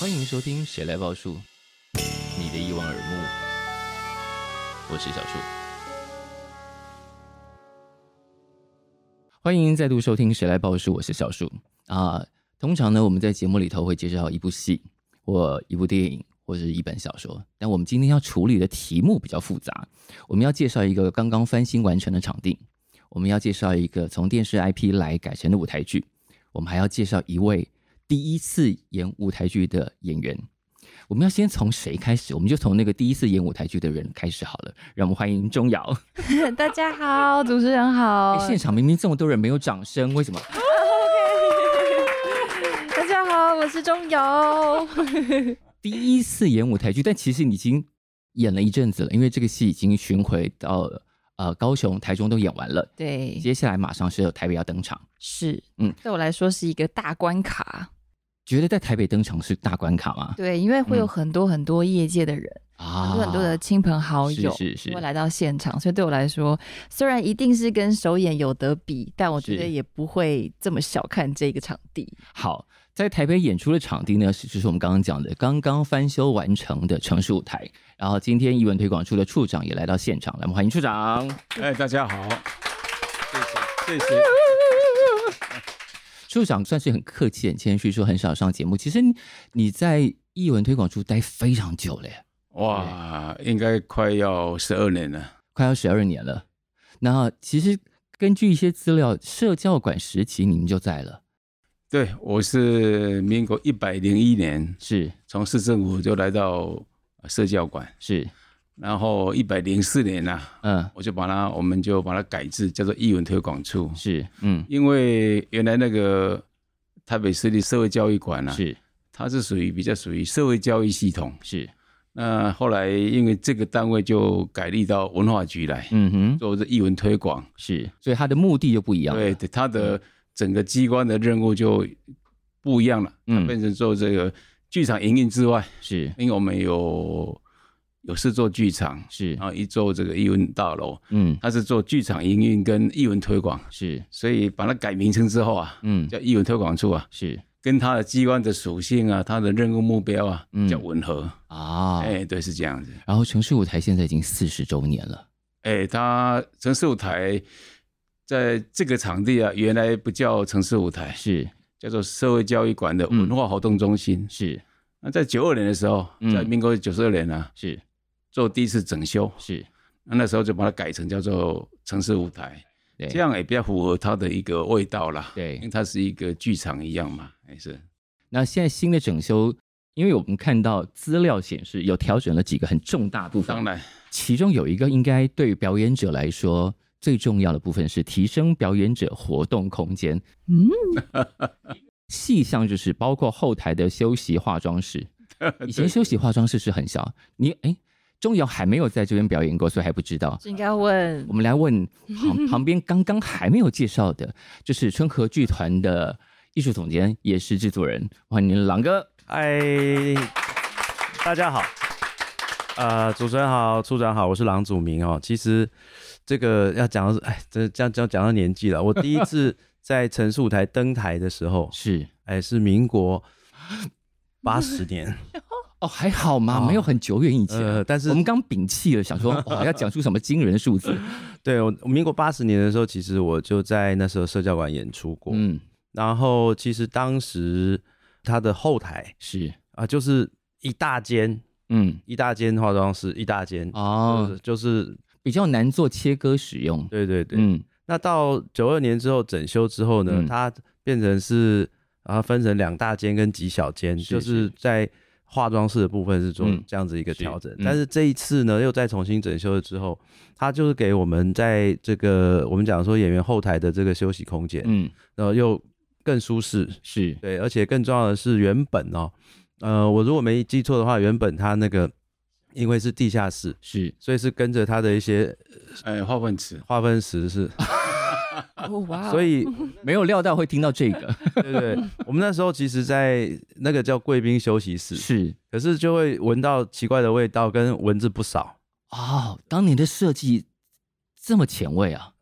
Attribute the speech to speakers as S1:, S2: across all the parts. S1: 欢迎收听《谁来报数》，你的一望而目，我是小树。欢迎再度收听《谁来报数》，我是小树啊。通常呢，我们在节目里头会介绍一部戏、或一部电影或者是一本小说，但我们今天要处理的题目比较复杂，我们要介绍一个刚刚翻新完成的场地，我们要介绍一个从电视 IP 来改成的舞台剧，我们还要介绍一位第一次演舞台剧的演员。我们要先从谁开始？我们就从那个第一次演舞台剧的人开始好了。让我们欢迎钟瑶。
S2: 大家好，主持人好
S1: 诶，现场明明这么多人没有掌声，为什么？
S2: 大家好，我是钟瑶。
S1: 第一次演舞台剧，但其实你已经演了一阵子了，因为这个戏已经巡回到呃高雄、台中都演完了，
S2: 对，
S1: 接下来马上是有台北要登场。
S2: 是，
S1: 嗯
S2: 嗯，对我来说是一个大关卡。
S1: 觉得在台北登场是大关卡吗？
S2: 对，因为会有
S1: 嗯
S2: 很多很多业界的人，
S1: 啊
S2: 很多很多的亲朋好友
S1: 是是是
S2: 会来到现场，所以对我来说，虽然一定是跟首演有得比，但我觉得
S1: 是
S2: 也不会这么小看这个场地。
S1: 好，在台北演出的场地呢，是就是我们刚刚讲的刚刚翻修完成的城市舞台。然后今天艺文推广处的处长也来到现场，来我们欢迎处长。
S3: 哎，大家好，谢谢谢谢。
S1: 处长算是很客气、很谦虚，说很少上节目。其实你你在艺文推广处待非常久了耶，
S3: 哇，应该快要十二年了。
S1: 快要十二年了。那其实根据一些资料，社教馆时期你们就在了，
S3: 对，我是民国一百零一年
S1: 是
S3: 从市政府就来到社教馆，
S1: 是，
S3: 然后一百零四年呐、啊
S1: 嗯，
S3: 我就把它，我们就把它改制叫做艺文推广处，
S1: 是，嗯，
S3: 因为原来那个台北市立社会教育馆啊，
S1: 是
S3: 它是属于比较属于社会教育系统。
S1: 是，
S3: 那后来因为这个单位就改立到文化局来，
S1: 嗯哼，
S3: 做这艺文推广。
S1: 是，所以他的目的就不一样了，嗯
S3: 对，对他的整个机关的任务就不一样了，
S1: 嗯，
S3: 变成做这个剧场营运之外，
S1: 是
S3: 因为我们有有事做剧场，
S1: 是
S3: 然，后一做这个艺文大楼，
S1: 嗯
S3: 它是做剧场营运跟艺文推广，
S1: 是，
S3: 所以把它改名称之后啊，
S1: 嗯
S3: 叫艺文推广处啊，
S1: 是
S3: 跟它的机关的属性啊，它的任务目标啊
S1: 嗯，
S3: 叫吻合。
S1: 啊。
S3: 哎，对，是这样子。
S1: 然后城市舞台现在已经四十周年了，
S3: 哎，它城市舞台在这个场地啊，原来不叫城市舞台，
S1: 是
S3: 叫做社会教育馆的
S1: 嗯
S3: 文化活动中心。
S1: 是
S3: 那在九二年的时候
S1: 嗯，
S3: 在民国九十二年啊，
S1: 是
S3: 做第一次整修，
S1: 是，
S3: 那那时候就把它改成叫做城市舞台，
S1: 对
S3: 这样也比较符合它的一个味道啦。
S1: 对
S3: 因为它是一个剧场一样嘛，还是
S1: 那现在新的整修，因为我们看到资料显示有调整了几个很重大部分，
S3: 当然
S1: 其中有一个应该对表演者来说最重要的部分是提升表演者活动空间。
S2: 嗯，
S1: 细项就是包括后台的休息化妆 室，以前休息化妆室是很小，你哎，钟瑶还没有在这边表演过，所以还不知道。
S2: 这应该问
S1: 我们来问旁 旁边刚刚还没有介绍的，就是春和剧团的艺术总监，也是制作人，欢迎狼哥。
S4: 嗨，哎大家好，呃，主持人好，处长好，我是郎祖明哦。其实这个要讲到是，哎，这这样这样讲到年纪了。我第一次在城市舞台登台的 时候，
S1: 是
S4: 哎，是 民国八十年，
S1: 哦，还好嘛，
S4: 哦
S1: 没有很久远以前。
S4: 呃，但是
S1: 我们刚屏气了，想说哇，要讲出什么惊人的数字？
S4: 对我民国八十年的时候，其实我就在那时候社交馆演出过。
S1: 嗯，
S4: 然后其实当时它的后台
S1: 是，
S4: 啊、就是一大间
S1: 嗯，
S4: 一大间化妆室，一大间
S1: 哦，
S4: 就是就是
S1: 比较难做切割使用。
S4: 对对对，
S1: 嗯，
S4: 那到九二年之后整修之后呢，
S1: 嗯
S4: 它变成是然后分成两大间跟几小间，
S1: 是
S4: 就是在化妆室的部分是做
S1: 嗯
S4: 这样子一个调整。
S1: 是嗯
S4: 但是这一次呢，又再重新整修了之后，它就是给我们在这个我们讲说演员后台的这个休息空间，
S1: 嗯，
S4: 然后又更舒适。
S1: 是，
S4: 对，而且更重要的是，原本哦，呃，我如果没记错的话，原本它那个因为是地下室，
S1: 是，
S4: 所以是跟着它的一些
S3: 哎化粪池。
S4: 化粪池是，
S2: 哦，哇哦，
S4: 所以
S1: 没有料到会听到这个，
S4: 对对，
S1: 嗯
S4: 对我们那时候其实，在那个叫贵宾休息室，
S1: 是
S4: 可是就会闻到奇怪的味道，跟蚊子不少。
S1: 哦，当年的设计这么前卫啊！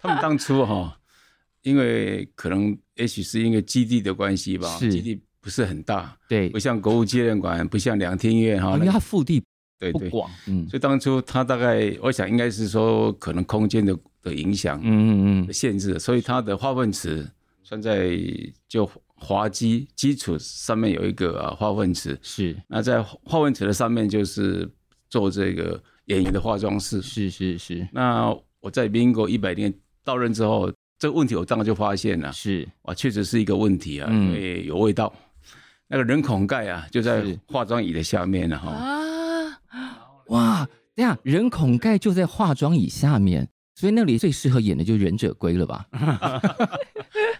S3: 他们当初哈、 因为可能也许是因为基地的关系吧，
S1: 是
S3: 基地不是很大，
S1: 对
S3: 不，像国务纪念馆，不像两厅院哈
S1: 哦因，为
S3: 那
S1: 它腹地
S3: 对
S1: 不
S3: 对，
S1: 广，嗯
S3: 所以当初他大概我想应该是说可能空间的的影响
S1: 嗯嗯嗯，
S3: 限制，所以它的化粪池算在就滑基基础上面有一个啊化粪池，
S1: 是
S3: 那在化粪池的上面就是做这个演员的化妆室，
S1: 是是是
S3: 那我在民国一百年到任之后，这个问题我当然就发现了，
S1: 是，
S3: 哇，确实是一个问题啊，
S1: 嗯
S3: 因为有味道。那个人孔盖啊，就在
S1: 是
S3: 化妆椅的下面了、哈。
S2: 啊，
S1: 哇，这样人孔盖就在化妆椅下面，所以那里最适合演的就是忍者龟了吧？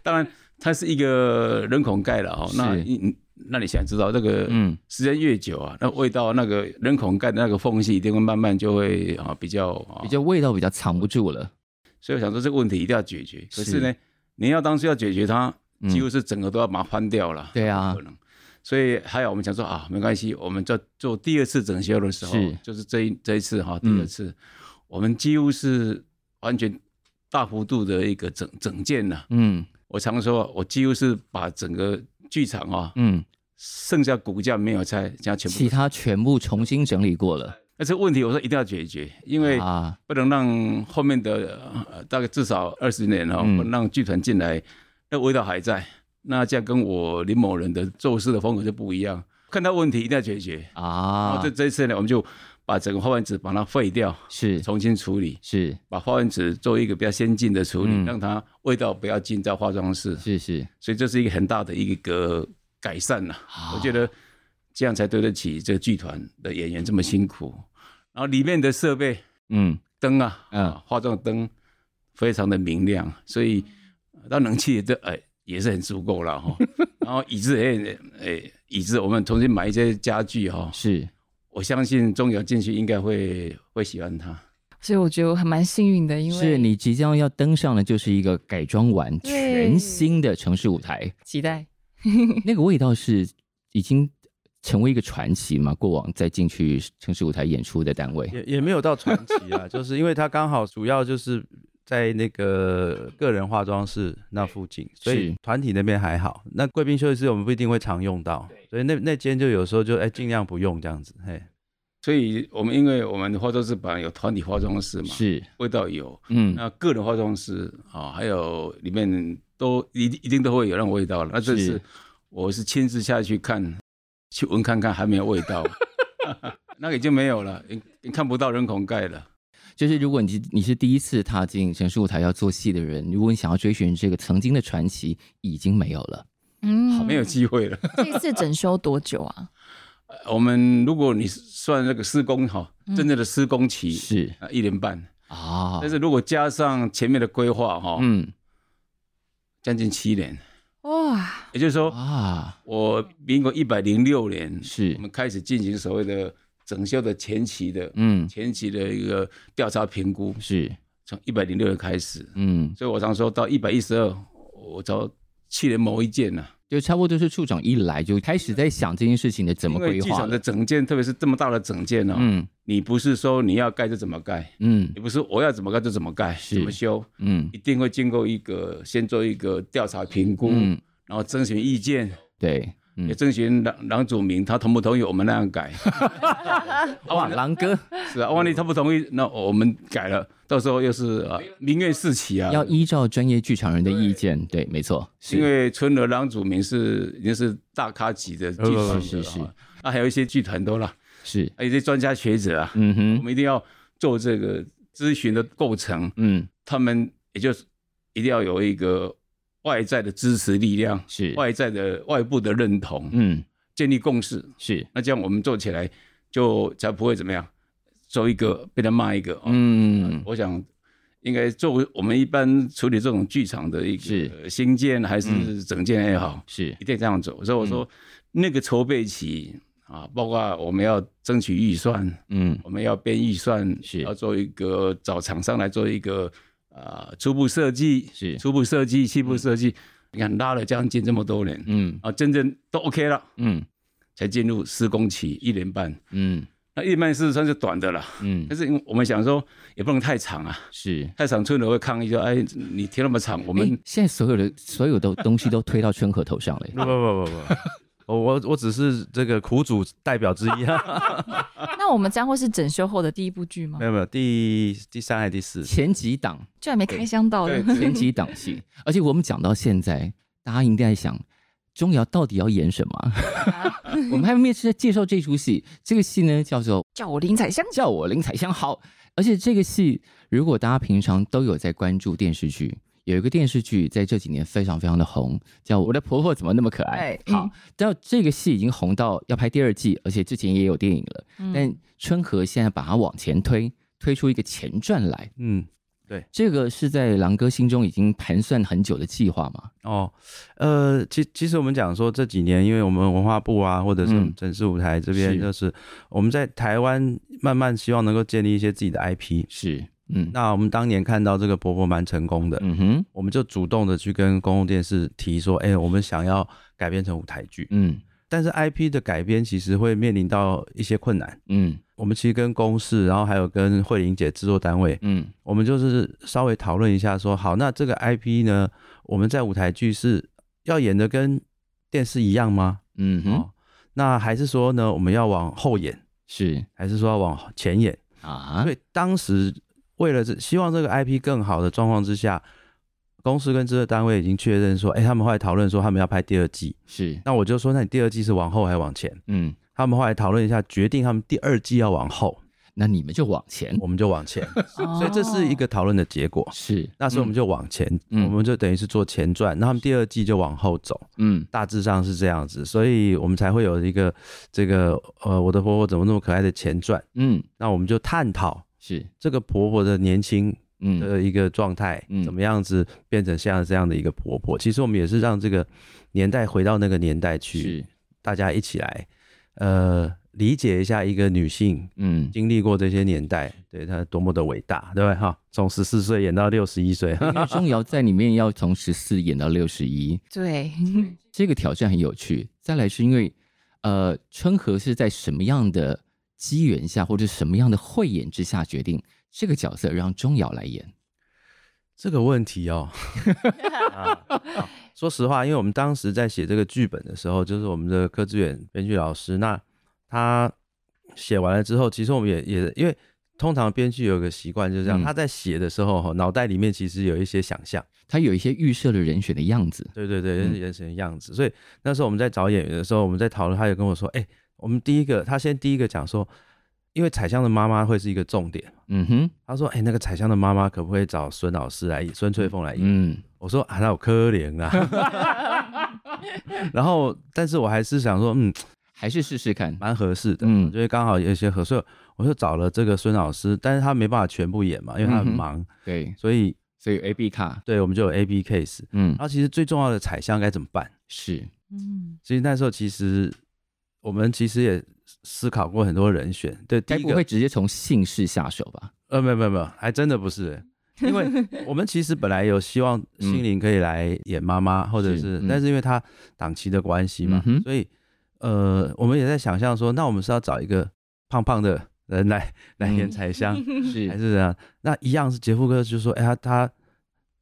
S3: 当然，它是一个人孔盖了哈。
S1: 是
S3: 那你你那你想知道这个，
S1: 嗯，
S3: 时间越久啊，那味道那个人孔盖的那个缝隙一定会慢慢就会啊比较啊
S1: 比较味道比较藏不住了，
S3: 所以我想说这个问题一定要解决。可
S1: 是
S3: 是呢，你要当时要解决它，
S1: 嗯
S3: 几乎是整个都要把它翻掉了。
S1: 对啊
S3: 不可能。所以还有我们想说啊，没关系，我们在做第二次整修的时候，
S1: 是
S3: 就是这一这一次哈，第
S1: 嗯
S3: 二次、我们几乎是完全大幅度的一个整整建了、
S1: 嗯
S3: 我常说，我几乎是把整个剧场啊，
S1: 嗯，
S3: 剩下骨架没有拆，加全
S1: 其
S3: 部。
S1: 他全部重新整理过了，
S3: 那这个问题我说一定要解决，因为
S1: 啊，
S3: 不能让后面的、呃、大概至少二十年哦，
S1: 嗯
S3: 不能让剧团进来，那味道还在。那这样跟我林某人的做事的风格就不一样。看到问题一定要解决。然
S1: 啊
S3: 后哦这这一次呢，我们就把整个花纹纸把它废掉，
S1: 是
S3: 重新处理，
S1: 是
S3: 把花纹纸做一个比较先进的处理，
S1: 嗯
S3: 让它味道不要进到化妆室。
S1: 是是，
S3: 所以这是一个很大的一个改善呐、
S1: 啊
S3: 我觉得这样才对得起这个剧团的演员这么辛苦。然后里面的设备
S1: 嗯
S3: 灯啊，
S1: 嗯
S3: 啊，化妆灯非常的明亮，所以那冷气这哎也是很足够 了哈。然后椅子哎哎椅子，我们重新买一些家具哈、
S1: 是
S3: 我相信钟瑶进去应该会会喜欢它。
S2: 所以我觉得我还蛮幸运的，因为
S1: 是，你即将要登上的就是一个改装完
S2: 对
S1: 全新的城市舞台，
S2: 期待
S1: 那个味道是已经成为一个传奇嘛？过往再进去城市舞台演出的单位，
S4: 也也没有到传奇啦，就是因为它刚好主要就是在那个个人化妆室那附近，所以
S1: 是
S4: 团体那边还好。那贵宾休息室我们不一定会常用到，所以那那间就有时候就哎尽量不用这样子，嘿，
S3: 所以我们因为我们的化妆师本来有团体化妆师嘛，
S1: 是，
S3: 味道有，
S1: 嗯，
S3: 那个人化妆师啊，还有里面都一定一定都会有那种味道了。那这
S1: 是
S3: 次我是亲自下去看，去闻看看，还没有味 道，那个已经没有了，你你看不到人孔盖了。
S1: 就是如果你你是第一次踏进城市舞台要做戏的人，如果你想要追寻这个曾经的传奇，已经没有了。
S2: 嗯
S3: 没有机会了。
S2: 这次整修多久啊？
S3: 呃我们如果你算那个施工哈，真正的施工期
S1: 嗯是
S3: 啊一年半，
S1: 啊，
S3: 但是如果加上前面的规划哈，
S1: 嗯
S3: 将近七年，
S2: 哇，
S3: 也就是说，
S1: 啊，
S3: 我民国一百零六年
S1: 是
S3: 我们开始进行所谓的整修的前期的
S1: 嗯
S3: 前期的一个调查评估，
S1: 是
S3: 从一百零六年开始，
S1: 嗯，
S3: 所以我常说到一百一十二，我找去年某一件呢、啊，
S1: 就差不多就是处长一来就开始在想这件事情的怎么
S3: 因为
S1: 规
S3: 剧
S1: 划
S3: 场的
S1: 了。
S3: 整件，特别是这么大的整件呢、
S1: 嗯
S3: 你不是说你要盖就怎么盖，
S1: 嗯
S3: 你不是我要怎么盖就怎么盖，
S1: 是
S3: 怎么修，
S1: 嗯
S3: 一定会经过一个先做一个调查评估，
S1: 嗯，
S3: 然后征询意见，
S1: 对，嗯
S3: 也征询郎郎祖明他同不同意我们那样改，
S1: 哇，狼哥
S3: 是啊，万一他不同意，那我们改了，到时候又是啊
S1: 哎
S3: 民怨四起 啊，
S1: 要依照专业剧场人的意见，对，没错，
S3: 因
S1: 是
S3: 为春儿郎祖明是已经是大咖级的剧团的了
S1: 是是是
S3: 啊那还有一些剧团都啦，哎
S1: 是，
S3: 还有一些专家学者啊，
S1: 嗯
S3: 我
S1: 哼，
S3: 们一定要做这个咨询的构成，
S1: 嗯
S3: 他们也就是一定要有一个外在的支持力量，
S1: 是，
S3: 外在的外部的认同，
S1: 嗯
S3: 建立共识，
S1: 是，
S3: 那这样我们做起来就才不会怎么样，做一个被他骂一个，嗯，
S1: 嗯
S3: 我想应该作为我们一般处理这种剧场的一
S1: 是嗯
S3: 个新建还是整建也好，
S1: 是
S3: 一定这样走。所以
S1: 嗯
S3: 我说那个筹备期啊，包括我们要争取预算，
S1: 嗯
S3: 我们要编预算，
S1: 是
S3: 要做一个找厂商来做一个啊初步设计，
S1: 是
S3: 初步设计、细部设计。你看拉了将近这么多年
S1: 嗯
S3: 啊，真正都 OK 了，
S1: 嗯
S3: 才进入施工期一年半。
S1: 嗯
S3: 那叶脉四川是短的啦，
S1: 嗯
S3: 但，是因为我们想说也不能太长啊，
S1: 是。
S3: 太长村头会抗议说，哎，你贴那么长，我
S1: 我
S3: 们
S1: 现在所有的所有的东西都推到春和头上了 耶
S4: 不。不不不不，我我我只是这个苦主代表之一 啊，
S2: 那我们将会是整修后的第一部剧吗
S4: 没？有没有，第第三还是第四？
S1: 前几档，
S2: 居然没开箱到了
S3: 对，对
S1: 前几档戏，而且我们讲到现在，大家应该想，钟瑶到底要演什么啊？ 我们还没是在介绍这出戏，这个戏呢叫做
S2: 叫我林采香
S1: 《 叫我林采香》好，而且这个戏如果大家平常都有在关注电视剧，有一个电视剧在这几年非常非常的红，叫《我的婆婆怎么那么可爱
S2: 哎》。嗯
S1: 好，但这个戏已经红到要拍第二季，而且之前也有电影了，
S4: 嗯
S2: 嗯
S4: 哎
S1: 但春和现在把它往前推，推出一个前传来。
S4: 嗯，
S1: 这个是在狼哥心中已经盘算很久的计划嘛？
S4: 哦，呃，其其实我们讲说这几年，因为我们文化部啊，或者是
S1: 嗯
S4: 整视舞台这
S1: 是
S4: 边，就是我们在台湾慢慢希望能够建立一些自己的 IP。
S1: 是，嗯，
S4: 那我们当年看到这个伯伯蛮成功的，
S1: 嗯哼，
S4: 我们就主动的去跟公共电视提说，哎、我们想要改编成舞台剧。
S1: 嗯
S4: 但是 IP 的改编其实会面临到一些困难。
S1: 嗯
S4: 我们其实跟公视，然后还有跟慧玲姐制作单位，
S1: 嗯
S4: 我们就是稍微讨论一下说好，那这个 IP 呢，我们在舞台剧是要演的跟电视一样吗？
S1: 嗯哼，
S4: 哦，那还是说呢，我们要往后演，
S1: 是
S4: 还是说要往前演？
S1: 啊
S4: 所，以当时为了这希望这个 IP 更好的状况之下，公司跟制作单位已经确认说，哎、他们后来讨论说他们要拍第二季，
S1: 是，
S4: 那我就说，那你第二季是往后还是往前？
S1: 嗯，
S4: 他们后来讨论一下，决定他们第二季要往后，
S1: 那你们就往前，
S4: 我们就往前，所
S2: 所
S4: 以这是
S2: 哦
S4: 一个讨论的结果。
S1: 是，
S4: 那时候我们就往前，
S1: 嗯
S4: 我们就等于是做前传，那他们第二季就往后走，
S1: 嗯
S4: 大致上是这样子，所以我们才会有一个这个呃，我的婆婆怎么那么可爱的前传。
S1: 嗯，
S4: 那我们就探讨
S1: 是，
S4: 这个婆婆的年轻
S1: 嗯，
S4: 的一个状态，
S1: 嗯
S4: 怎么样子变成像这样的一个婆婆。其实我们也是让这个年代回到那个年代去，
S1: 是，
S4: 大家一起来呃理解一下一个女性
S1: 嗯，
S4: 经历过这些年代，对她多么的伟大，对不对？哈，从十四岁演到六十一岁，
S1: 因为钟瑶在里面要从十四演到六十 一，
S2: 对，
S1: 这个挑战很有趣。再来是因为，呃，春和是在什么样的机缘下，或者什么样的慧眼之下决定这个角色让钟瑶来演？
S4: 这个问题哦， 啊好说实话，因为我们当时在写这个剧本的时候，就是我们的柯志远编剧老师，那他写完了之后，其实我们也也因为通常编剧有个习惯就是这样，
S1: 嗯
S4: 他在写的时候哈，脑袋里面其实有一些想象，
S1: 他有一些预设的人选的样子，
S4: 对对对，
S1: 嗯
S4: 人生的样子。所以那时候我们在找演员的时候，我们在讨论，他也跟我说，哎、我们第一个，他先第一个讲说，因为彩香的妈妈会是一个重点，
S1: 嗯哼，
S4: 他说，哎、那个彩香的妈妈可不可以找孙老师来演，孙翠凤来演？
S1: 嗯，
S4: 我说啊，那有可怜啦。 然后，但是我还是想说，嗯，
S1: 还是试试看，
S4: 蛮合适的，
S1: 嗯
S4: 嗯，因为刚好有一些合适，所以我就找了这个孙老师，但是他没办法全部演嘛，因为他
S1: 嗯
S4: 很忙，
S1: 对，
S4: 所以
S1: 所以 A B 卡，
S4: 对我们就有 A B case。
S1: 嗯
S4: 然，后其实最重要的彩香该怎么办？
S1: 是，
S2: 嗯，
S4: 其实那时候其实我们其实也思考过很多人选，对，第
S1: 该
S4: 一
S1: 不
S4: 个
S1: 会直接从姓氏下手吧？
S4: 呃，没有没有没有，还真的不是，欸因为我们其实本来有希望心灵可以来演妈妈，或者
S1: 嗯是
S4: 是
S1: 嗯，
S4: 但是因为她档期的关系嘛
S1: 嗯哼，
S4: 所以呃，我们也在想象说，那我们是要找一个胖胖的人来来
S1: 嗯
S4: 演彩香， 还
S1: 是，
S4: 是怎样？那一样是杰夫哥就说，哎，他他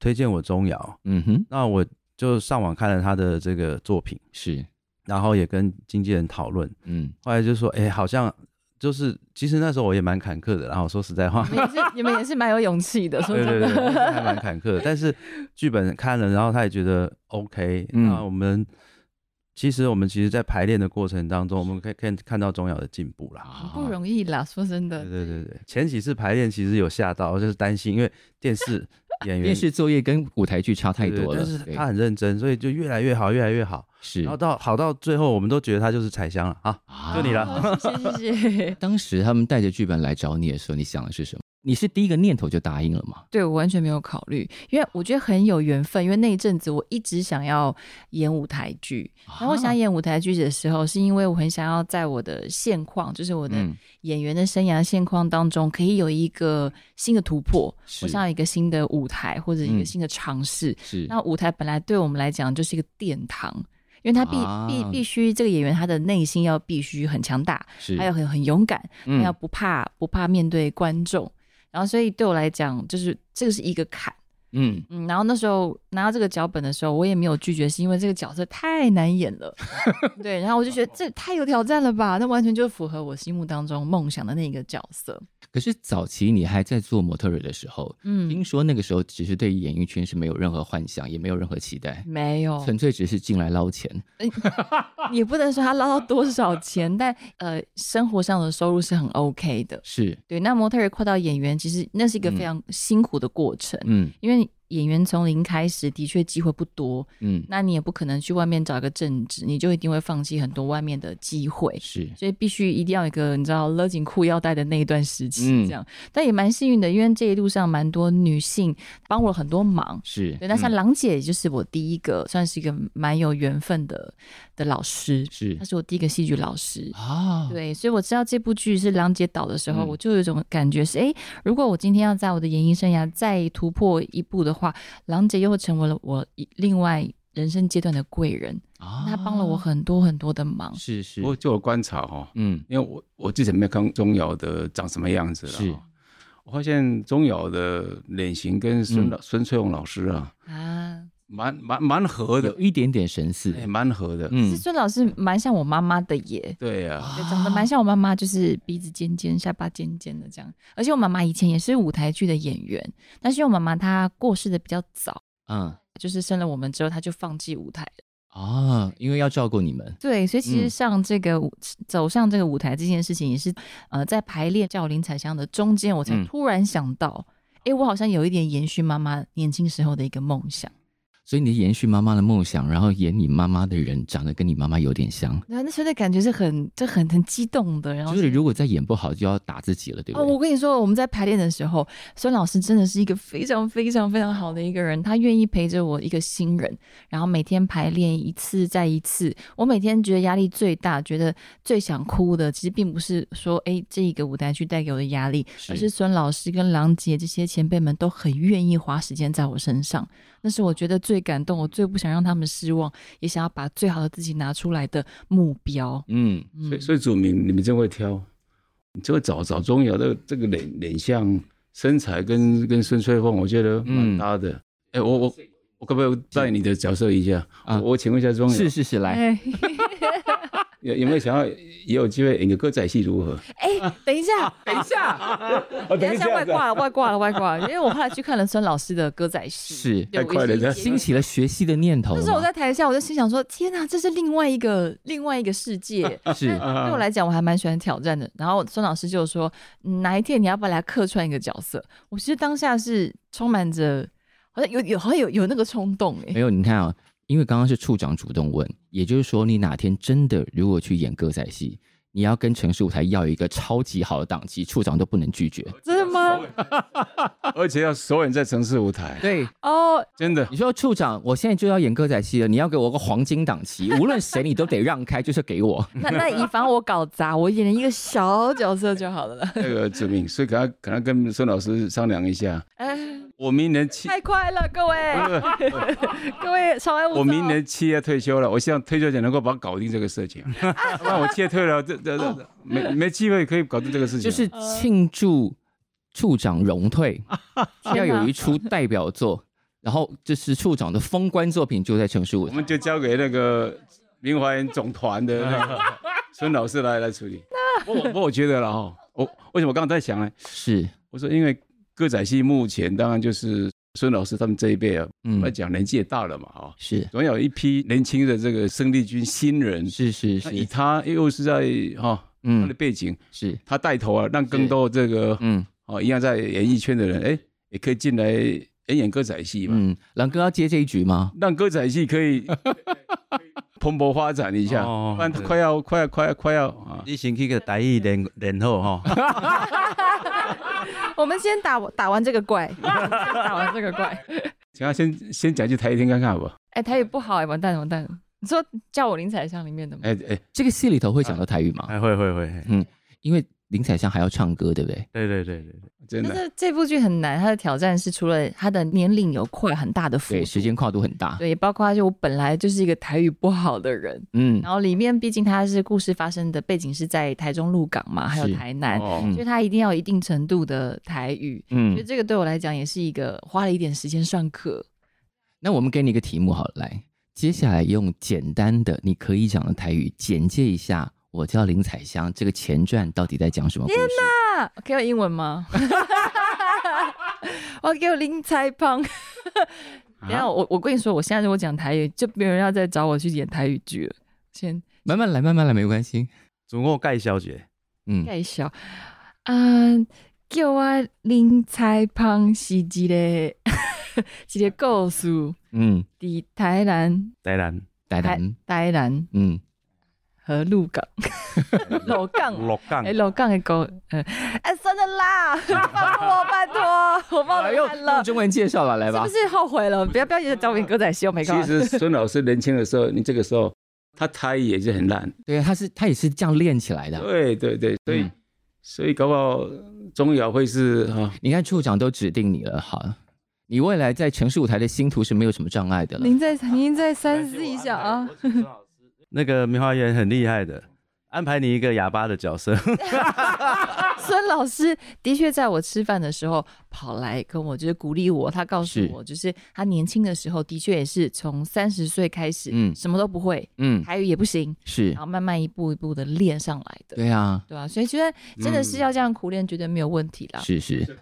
S4: 推荐我钟瑶，
S1: 嗯哼，
S4: 那我就上网看了他的这个作品，
S1: 是，
S4: 然后也跟经纪人讨论，
S1: 嗯，
S4: 后来就说，哎，好像就是其实那时候我也蛮坎坷的，然后说实在话。
S2: 你们也是你们也是蛮有勇气 的， 说
S4: 对
S2: 真
S4: 对对，
S2: 的，
S4: 还蛮坎坷的。但是剧本看了，然后他也觉得 OK、
S1: 嗯
S4: 那我们其实我们其实，在排练的过程当 中，我们可以可以看到钟瑶的进步啦。
S1: 啊
S2: 不容易啦，说真
S1: 呃
S4: 对
S2: 的，
S4: 对对对，前几次排练其实有吓到，就是担心，因为 电视演员
S1: 电视作业跟舞台剧差太
S4: 对对
S1: 多了，
S4: 但
S1: 对
S4: 是他很认真，所以就越来越好，越来越好。
S1: 是
S4: 然后到好到最后，我们都觉得他就是彩香了啊。
S1: 啊
S4: 就你了
S2: 好谢谢谢 谢，
S1: 当时他们带着剧本来找你的时候，你想的是什么？你是第一个念头就答应了吗？
S2: 对我完全没有考虑，因为我觉得很有缘分，因为那一阵子我一直想要演舞台剧，然
S1: 啊
S2: 后我
S4: 啊
S2: 想演舞台剧的时候，是因为我很想要在我的现况，就是我的
S1: 嗯
S2: 演员的生涯现况当中，可以有一个新的突破。
S1: 是
S2: 我想要一个新的舞台或者一
S1: 嗯
S2: 个新的尝试。
S1: 是
S2: 那舞台本来对我们来讲就是一个殿堂，因为他必、
S1: 啊
S2: 必必须这个演员他的内心要必须很强大，
S1: 是，
S2: 还有很很勇敢，
S1: 嗯
S2: 还要不怕不怕面对观众。然后所以对我来讲，就是这个是一个坎。
S1: 嗯，
S2: 嗯，然后那时候拿到这个脚本的时候，我也没有拒绝，是因为这个角色太难演 了。对，然后我就觉得
S1: 哦
S2: 这太有挑战了吧，那完全就符合我心目当中梦想的那个角色。
S1: 可是早期你还在做模特儿的时候，听
S2: 嗯，
S1: 说那个时候只是对演艺圈是没有任何幻想，也没有任何期待，
S2: 没有，
S1: 纯粹只是进来捞钱。
S2: 也不能说他捞到多少钱，但呃，生活上的收入是很 OK 的。
S1: 是，
S2: 对，那模特儿跨到演员，其实那是一个非常辛苦的过程，
S1: 嗯
S2: 因为演员从零开始，的确机会不多，
S1: 嗯，
S2: 那你也不可能去外面找一个正职，你就一定会放弃很多外面的机会。
S1: 是，
S2: 所以必须一定要有一个你知道勒紧裤腰带的那一段时
S1: 嗯
S2: 期，这样，但也蛮幸运的，因为这一路上蛮多女性帮我很多忙，
S1: 是，嗯
S2: 对，那像郎姐就是我第一个，算是一个蛮有缘分的的老师，
S1: 是
S2: 她是我第一个戏剧老师。
S1: 啊，
S2: 对，所以我知道这部剧是郎姐导的时候，
S1: 嗯
S2: 我就有一种感觉是，哎、如果我今天要在我的演艺生涯再突破一步的话，郎姐又会成为了我一另外人生阶段的贵人，
S1: 啊，
S2: 她帮了我很多很多的忙。
S1: 是是
S3: 不，过就我观察哈、哦，
S1: 嗯
S3: 因为我我之前没有看钟瑶的长什么样子了、
S1: 是
S3: 哦，我发现钟瑶的脸型跟
S1: 嗯
S3: 孙老、孙翠红老师啊，
S2: 啊，
S3: 蛮蛮蛮合的
S1: 有，一点点神似，
S3: 哎蛮合的。
S2: 是
S1: 嗯，哦
S2: 孙老师蛮像我妈妈的耶，
S3: 对呀、啊，
S2: 对，长得蛮像我妈妈，就是鼻子尖尖、下巴尖尖的这样。而且我妈妈以前也是舞台剧的演员，但是我妈妈她过世的比较早，
S1: 嗯
S2: 就是生了我们之后，她就放弃舞台了。
S1: 啊，因为要照顾你们，
S2: 对，所以其
S1: 嗯
S2: 实上这个舞、走上这个舞台这件事情，也是呃在排练《叫林采香》的中间，我才
S1: 嗯
S2: 突然想到，哎、我好像有一点延续妈妈年轻时候的一个梦想。
S1: 所以你延续妈妈的梦想，然后演你妈妈的人长得跟你妈妈有点像，
S2: 那那时候的感觉是很就很很激动的，然后
S1: 就是如果再演不好就要打自己了，对不
S2: 哦，我
S1: 对？
S2: 跟你说，我们在排练的时候，孙老师真的是一个非常非常非常好的一个人，他愿意陪着我一个新人，然后每天排练一次再一次。我每天觉得压力最大，觉得最想哭的，其实并不是说哎这一个舞台剧带给我的压力，
S1: 是
S2: 而是孙老师跟郎姐这些前辈们都很愿意花时间在我身上，那是我觉得最感动，我最不想让他们失望，也想要把最好的自己拿出来的目标。
S1: 嗯，
S2: 嗯
S3: 所以所以祖明，你们真会挑，你就会找找钟瑶的这个脸脸相、身材跟跟孙翠凤，我觉
S1: 嗯
S3: 得蛮搭的。哎、我我我可不可以带你的角色一下？
S1: 啊
S3: 我我请问一下钟瑶，
S1: 是是是，来，
S2: 哎，
S3: 有有没有想要也有机会演个歌仔戏如何？
S2: 哎等一下，
S1: 等一哦下，
S3: 我
S2: 人家现在外挂了，外挂了，外挂了。因为我后来去看了孙老师的歌仔戏，
S1: 是
S2: 对
S3: 太快了
S2: 我也是
S3: 人家
S2: 一
S1: 兴
S2: 惊
S1: 起了学戏的念头
S2: 那
S1: 了
S2: 时候我
S1: 吗，
S2: 在台下，我就心想说：“天哪，这是另外一个另外一个 世界。”
S1: 是
S2: 对我来讲，我还蛮喜欢挑战的。然后孙老师就说：“嗯哪一天你要不要来客串一个角色？”我其实当下是充满着，好像有有好像有有那个冲动哎、
S1: 没有，你看啊、因为刚刚是处长主动问，也就是说，你哪天真的如果去演歌仔戏，你要跟城市舞台要一个超级好的档期，处长都不能拒绝。
S2: 真的吗？
S3: 而且要首演在城市舞台，
S1: 对，
S2: 哦，
S3: 真的
S1: 你说处长，我现在就要演歌仔戏了，你要给我个黄金档期， 无论谁你都得让开，就是给我。
S2: 那那以防我搞砸，我演了一个小角色就好了啦。
S3: 那个子明，所以可能可能跟孙老师商量一下，
S2: 哎，
S3: 我明年七，
S2: 太快了，各位，
S3: 不是
S2: 各位，稍安勿躁。
S3: 我明年七月退休了，我希望退休前能够把搞定这个事 情，不然我七月退了，这这这没没机会可以搞定这个
S2: 啊
S3: 事
S1: 就
S3: 情。
S1: 是庆祝处长荣退，要
S2: 天哪
S1: 有一出代表作，然后就是处长的封官作品就在城市舞
S3: 我
S1: 台。
S3: 们就交给那个明华园总团的 那个孙老师来来处理。不过我不过我觉得了哈，我为什么我刚才在想呢？
S1: 是，
S3: 我说因为歌仔戏目前当然就是孙老师他们这一辈啊，我
S1: 嗯
S3: 们，讲年纪也大了嘛啊，
S1: 是
S3: 总有一批年轻的这个生力军新人，
S1: 是是
S3: 那以
S1: 是，
S3: 他又是在哈、他的
S1: 嗯，
S3: 背景，
S1: 是，
S3: 他带头啊，让更多这个
S1: 嗯
S3: 哦一样在演艺圈的人，哎，也可以进来演演歌仔戏嘛，
S1: 嗯，狼哥要接这一局吗？
S3: 让歌仔戏可 以蓬勃发展一下，
S4: 哦
S3: 不然
S4: 对
S3: 快要快要快要快要
S1: 嗯
S3: 啊！
S4: 你先去个台语练练 好哈，
S2: 我们先打打完这个 怪，先打完这个怪。
S3: 请他先先讲句台语听看看好不好？
S2: 哎、台语不好哎、完蛋了完蛋了！你说叫我林采香里面的吗？
S1: 嗯
S3: 哎哎，嗯
S1: 这个戏里头会讲到台语吗？
S4: 哎会会会，
S1: 因为林采香还要唱歌，对不对？
S4: 对对对对对，
S3: 真
S2: 但
S3: 的
S2: 是这部剧很难，它的挑战是除了它的年龄有跨很大的幅
S1: 对，
S2: 度，
S1: 时间跨度很大。
S2: 对，包括就我本来就是一个台语不好的人，
S1: 嗯，
S2: 然后里面毕竟它是故事发生的背景是在台中鹿港嘛，还有
S1: 是
S2: 台南，
S3: 哦，
S2: 所以它一定要有一定程度的台语，所以
S1: 嗯，
S2: 这个对我来讲也是一个花了一点时间上课。
S1: 那我们给你一个题目好了，来，接下来用简单的你可以讲的台语简介一下《我叫林采香》这个前传到底在讲什么故事？
S2: 啊，可以用英文吗？ 我给我林彩
S1: 啊
S2: 胖，等一下我我跟你说，我现在如果讲台语，就没有人要再找我去演台语剧了。先
S1: 慢慢来，慢慢来，没关系。
S4: 总共盖小姐，
S1: 嗯，
S2: 介绍，嗯、叫我林彩胖是一个 一个故事，
S1: 嗯，
S2: 伫台南
S4: 呆然
S1: 来来，
S2: 台南
S1: 嗯，
S2: 和鹿港， 鹿港
S1: 嗯
S4: 六杠
S2: 哎、，老杠的狗，嗯，哎，算了啦，放过我，拜托，我冒
S1: 哎呦，
S2: 犯了
S1: 用，中文介绍了，来
S2: 是
S1: 吧
S2: 不。是后悔了？不要不要一直找我演歌仔戏，我没搞
S3: 其。实孙老师年轻的时候，你这个时候他台语也是很烂，
S1: 对，他是他也是这样练起来的。
S3: 对对对，所以
S1: 嗯
S3: 所以搞不好钟瑶会是 啊，
S1: 你看处长都指定你了，好，你未来在城市舞台的星途是没有什么障碍的了。
S2: 您再您再三思一下啊！
S4: 那个梅花园很厉害的，安排你一个哑巴的角色，
S2: 孙老师的确在我吃饭的时候跑来跟我，就是鼓励我。他告诉
S1: 是
S2: 我，就是他年轻的时候的确也是从三十岁开始，
S1: 嗯
S2: 什么都不会，
S1: 嗯，
S2: 台语也不行，
S1: 是
S2: 然，后慢慢一步一步的练上来的。
S1: 对啊，
S2: 对啊，所以觉得真的是要这样苦练，绝对没有问题啦。
S1: 是是。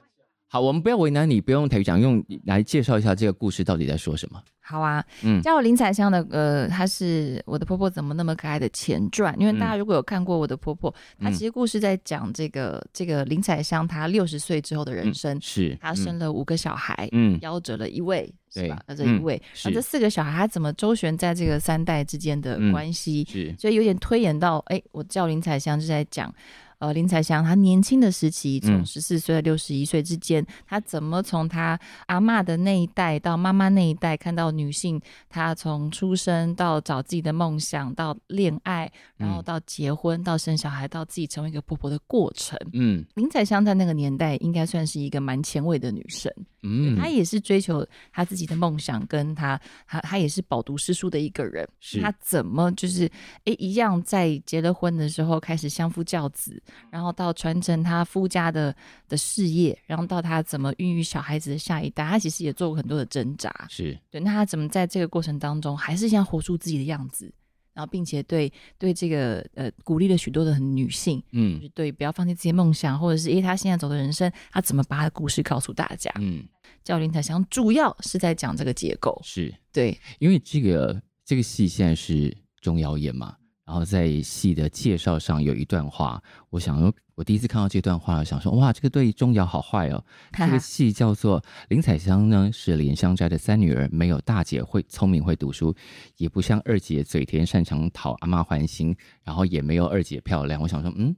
S1: 好，我们不要为难你，不用台语讲，用来介绍一下这个故事到底在说什么。
S2: 好啊，
S1: 嗯
S2: 叫我林采香的，呃，她是我的婆婆怎么那么可爱的前传，因为大家如果有看过我的婆婆，她
S1: 嗯
S2: 其实故事在讲这个这个林采香她六十岁之后的
S1: 嗯
S2: 人生，
S1: 是，
S2: 她生了五个小孩，
S1: 嗯，嗯
S2: 夭折了一位，是
S1: 对
S2: 吧？夭折一
S1: 嗯
S2: 位，那、
S1: 是
S2: 这四个小孩她怎么周旋在这个三代之间的
S1: 嗯
S2: 关系？
S1: 是，
S2: 所以有点推演到，哎、我叫林采香就在讲，呃，林采香她年轻的时期，从
S1: 嗯
S2: 十四岁到六十一岁之间，她怎么从她阿嬷的那一代到妈妈那一代，看到女性她从出生到找自己的梦想，到恋爱，然后
S1: 嗯
S2: 到结婚，到生小孩，到自己成为一个婆婆的过程。
S1: 嗯
S2: 林采香在那个年代应该算是一个蛮前卫的女生，
S1: 嗯，
S2: 她也是追求她自己的梦想，跟她她她也是饱读诗书的一个人。
S1: 是
S2: 她怎么就是诶一样在结了婚的时候开始相夫教子，然后到传承她夫家的的事业，然后到她怎么孕育小孩子的下一代，她其实也做过很多的挣扎。
S1: 是，
S2: 对，那她怎么在这个过程当中还是想活出自己的样子，然后并且对对这个呃鼓励了许多的女性，就
S1: 嗯
S2: 是对不要放弃自己的梦想，或者是诶她现在走的人生，她怎么把她的故事告诉大家？
S1: 嗯
S2: 教林采香主要是在讲这个结构，
S1: 是，
S2: 对，
S1: 因为这个这个戏现在是钟瑶演嘛，然后在戏的介绍上有一段话，我想说，我第一次看到这段话，想说哇，这个对钟瑶好坏哦。这个戏叫做林采香呢，是莲香斋的三女儿，没有大姐会聪明会读书，也不像二姐嘴甜擅长讨阿妈欢心，然后也没有二姐漂亮。我想说，嗯，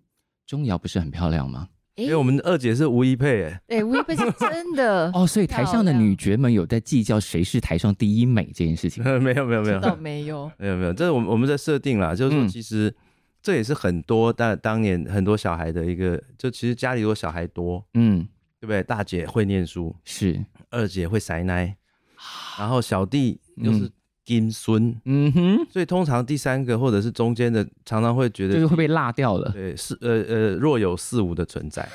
S1: 钟瑶不是很漂亮吗？
S4: 因为我们二姐是吴一 佩，哎
S2: 对，吴亦菲是真的
S1: 哦，所以台上的女角们有在计较谁是台上第一美这件事 情。
S4: 没有没有没有，
S2: 倒没有，
S4: 没有没有，这是我们我们在设定啦，就是说
S1: 嗯
S4: 其实这也是很多当当年很多小孩的一个，就其实家里如果小孩多，
S1: 嗯，
S4: 对不对？大姐会念书，
S1: 是，
S4: 二姐会塞奶，然后小弟又是
S1: 嗯
S4: 金孙，
S1: 嗯哼，
S4: 所以通常第三个或者是中间的，常常会觉
S1: 就是
S4: 得。
S1: 会被落掉了。
S4: 对，是呃呃，若有似无的存在。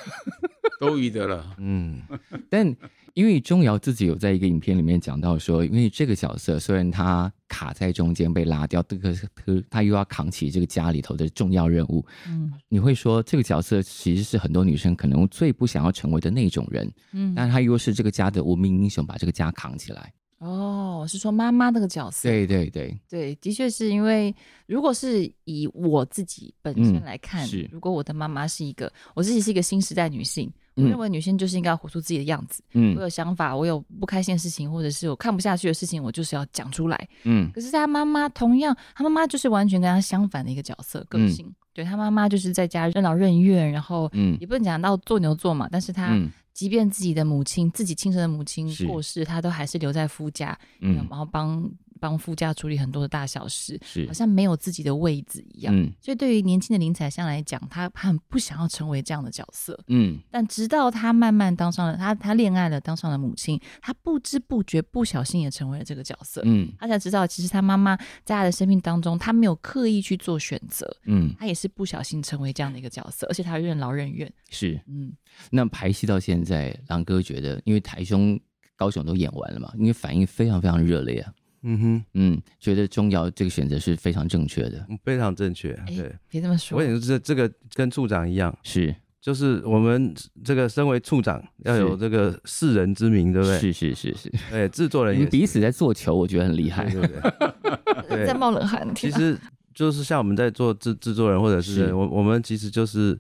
S3: 多余的了。
S4: 嗯，
S1: 但因为钟瑶自己有在一个影片里面讲到说，因为这个角色虽然她卡在中间被拉掉，这个她她又要扛起这个家里头的重要任务，
S2: 嗯
S1: 你会说这个角色其实是很多女生可能最不想要成为的那种人，
S2: 嗯，
S1: 但她又是这个家的无名英雄，把这个家扛起来。
S2: 哦，是说妈妈这个角色，
S1: 对对对，
S2: 对，的确是因为，如果是以我自己本身
S1: 嗯
S2: 来看，
S1: 是
S2: 如果我的妈妈是一个，我自己是一个新时代女性，我
S1: 嗯
S2: 认为女性就是应该活出自己的样子，我
S1: 嗯
S2: 有想法，我有不开心的事情，或者是我看不下去的事情，我就是要讲出来。
S1: 嗯
S2: 可是她妈妈同样，她妈妈就是完全跟她相反的一个角色个
S1: 嗯
S2: 性，对她妈妈就是在家任劳任怨，然后
S1: 嗯
S2: 也不能讲到做牛做马，但是她。
S1: 嗯
S2: 即便自己的母亲，自己亲生的母亲
S1: 是
S2: 过世，她都还是留在夫家，
S1: 嗯
S2: 然后帮帮副驾处理很多的大小事，
S1: 是
S2: 好，像没有自己的位置一样。
S1: 嗯
S2: 所以对于年轻的林采香来讲，她她很不想要成为这样的角色。
S1: 嗯，
S2: 但直到她慢慢当上了她她恋爱了，当上了母亲，她不知不觉不小心也成为了这个角色。
S1: 嗯
S2: 她才知道，其实她妈妈在她的生命当中，她没有刻意去做选择，
S1: 嗯，
S2: 她也是不小心成为这样的一个角色，而且她任劳任怨。
S1: 是。
S2: 嗯，
S1: 那排戏到现在，狼哥觉得，因为台中、高雄都演完了嘛，因为反应非常非常热烈啊。
S4: 嗯
S1: 嗯，觉得钟瑶这个选择是非常正确的。
S4: 哼，嗯非常正确。啊
S2: 哎
S4: 对，
S2: 别这么说
S4: 我。也是这这个跟处长一样，
S1: 是，
S4: 就是我们这个身为处长要有
S1: 是
S4: 这个世人之名，对不对？
S1: 是是是是，
S4: 对，制作人
S1: 你
S4: 也
S1: 们
S4: 是
S1: 彼此在做球，我觉得很厉害。
S4: 对对对对
S2: 在冒冷汗，
S4: 其
S2: 天啊
S4: 实就是像我们在做制制作人或者是
S1: 是
S4: 我我们其实就是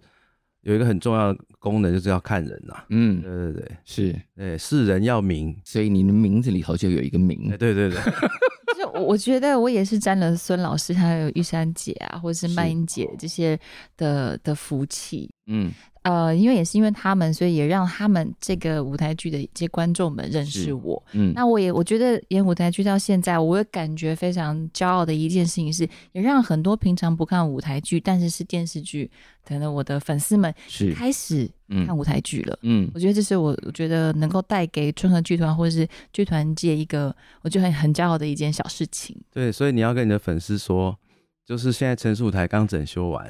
S4: 有一个很重要的功能，就是要看人呐、对
S1: 嗯，
S4: 对对
S1: 是，
S4: 对，世人要明。
S1: 所以你的名字里头就有一个
S4: 哎，
S1: 名，
S4: 对 对对，
S2: 就是我我觉得我也是沾了孙老师还有玉山姐啊，或者是曼英姐这些的的福气。
S1: 嗯，
S2: 呃，因为也是因为他们，所以也让他们这个舞台剧的一些观众们认识
S1: 是
S2: 我。
S1: 嗯，
S2: 那我也我觉得演舞台剧到现在，我也感觉非常骄傲的一件事情是，也让很多平常不看舞台剧，但是是电视剧等等我的粉丝们
S1: 是，
S2: 开始
S1: 嗯
S2: 看舞台剧了。
S1: 嗯
S2: 我觉得这是我我觉得能够带给春和剧团或是剧团界一个我觉得很很骄傲的一件小事情。
S4: 对，所以你要跟你的粉丝说，就是现在陈述台刚整修完，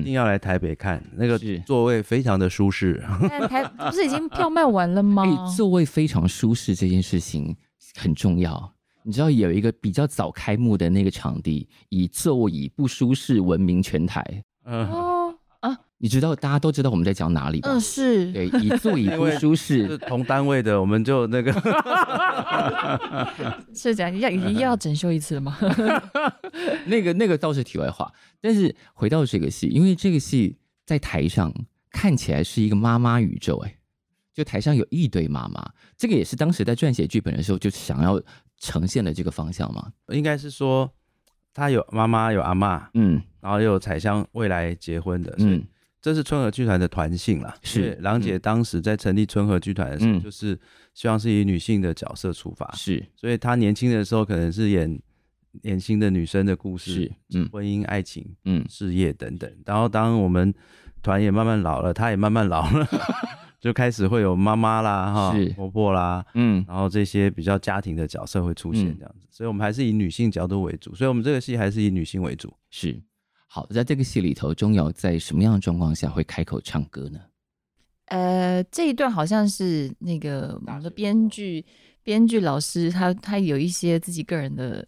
S1: 嗯
S4: 一定要来台北看，那个
S1: 是
S4: 座位非常的舒适。
S2: 但台不是已经票卖完了吗？
S1: 哎，座位非常舒适这件事情很重要。你知道有一个比较早开幕的那个场地，以座椅不舒适闻名全台。
S4: 嗯，
S2: 哦，
S1: 你知道大家都知道我们在讲哪里吧？
S2: 嗯是，
S1: 对，以座椅不舒
S4: 是
S1: 适，
S4: 同单位的，我们就那个
S2: 是这样，要
S1: 嗯
S2: 又要整修一次了吗？
S1: 那个那个倒是题外话。但是回到这个戏，因为这个戏在台上看起来是一个妈妈宇宙、哎，就台上有一堆妈妈，这个也是当时在撰写剧本的时候就想要呈现的这个方向嘛。
S4: 应该是说，他有妈妈有阿嬷，
S1: 嗯
S4: 然后又有彩香未来结婚的，嗯
S1: 嗯，，
S4: 这是春和剧团的团性啦。
S1: 是
S4: 因为郎姐当时在成立春和剧团的时候，
S1: 嗯
S4: 就是希望是以女性的角色出发，
S1: 是
S4: 所以她年轻的时候可能是演年轻的女生的故事
S1: 是，，嗯
S4: 婚姻、爱情、
S1: 嗯
S4: 事业等等。然后当我们团也慢慢老了，她也慢慢老了， 就开始会有妈妈啦、哈
S1: 是
S4: 婆婆啦，
S1: 嗯
S4: 然后这些比较家庭的角色会出现
S1: 嗯
S4: 这样子。所以我们还是以女性角度为主，所以我们这个戏还是以女性为主。
S1: 是。好，在这个戏里头，钟瑶在什么样的状况下会开口唱歌呢？
S2: 呃，这一段好像是那个我们的编剧编剧老师他他有一些自己个人的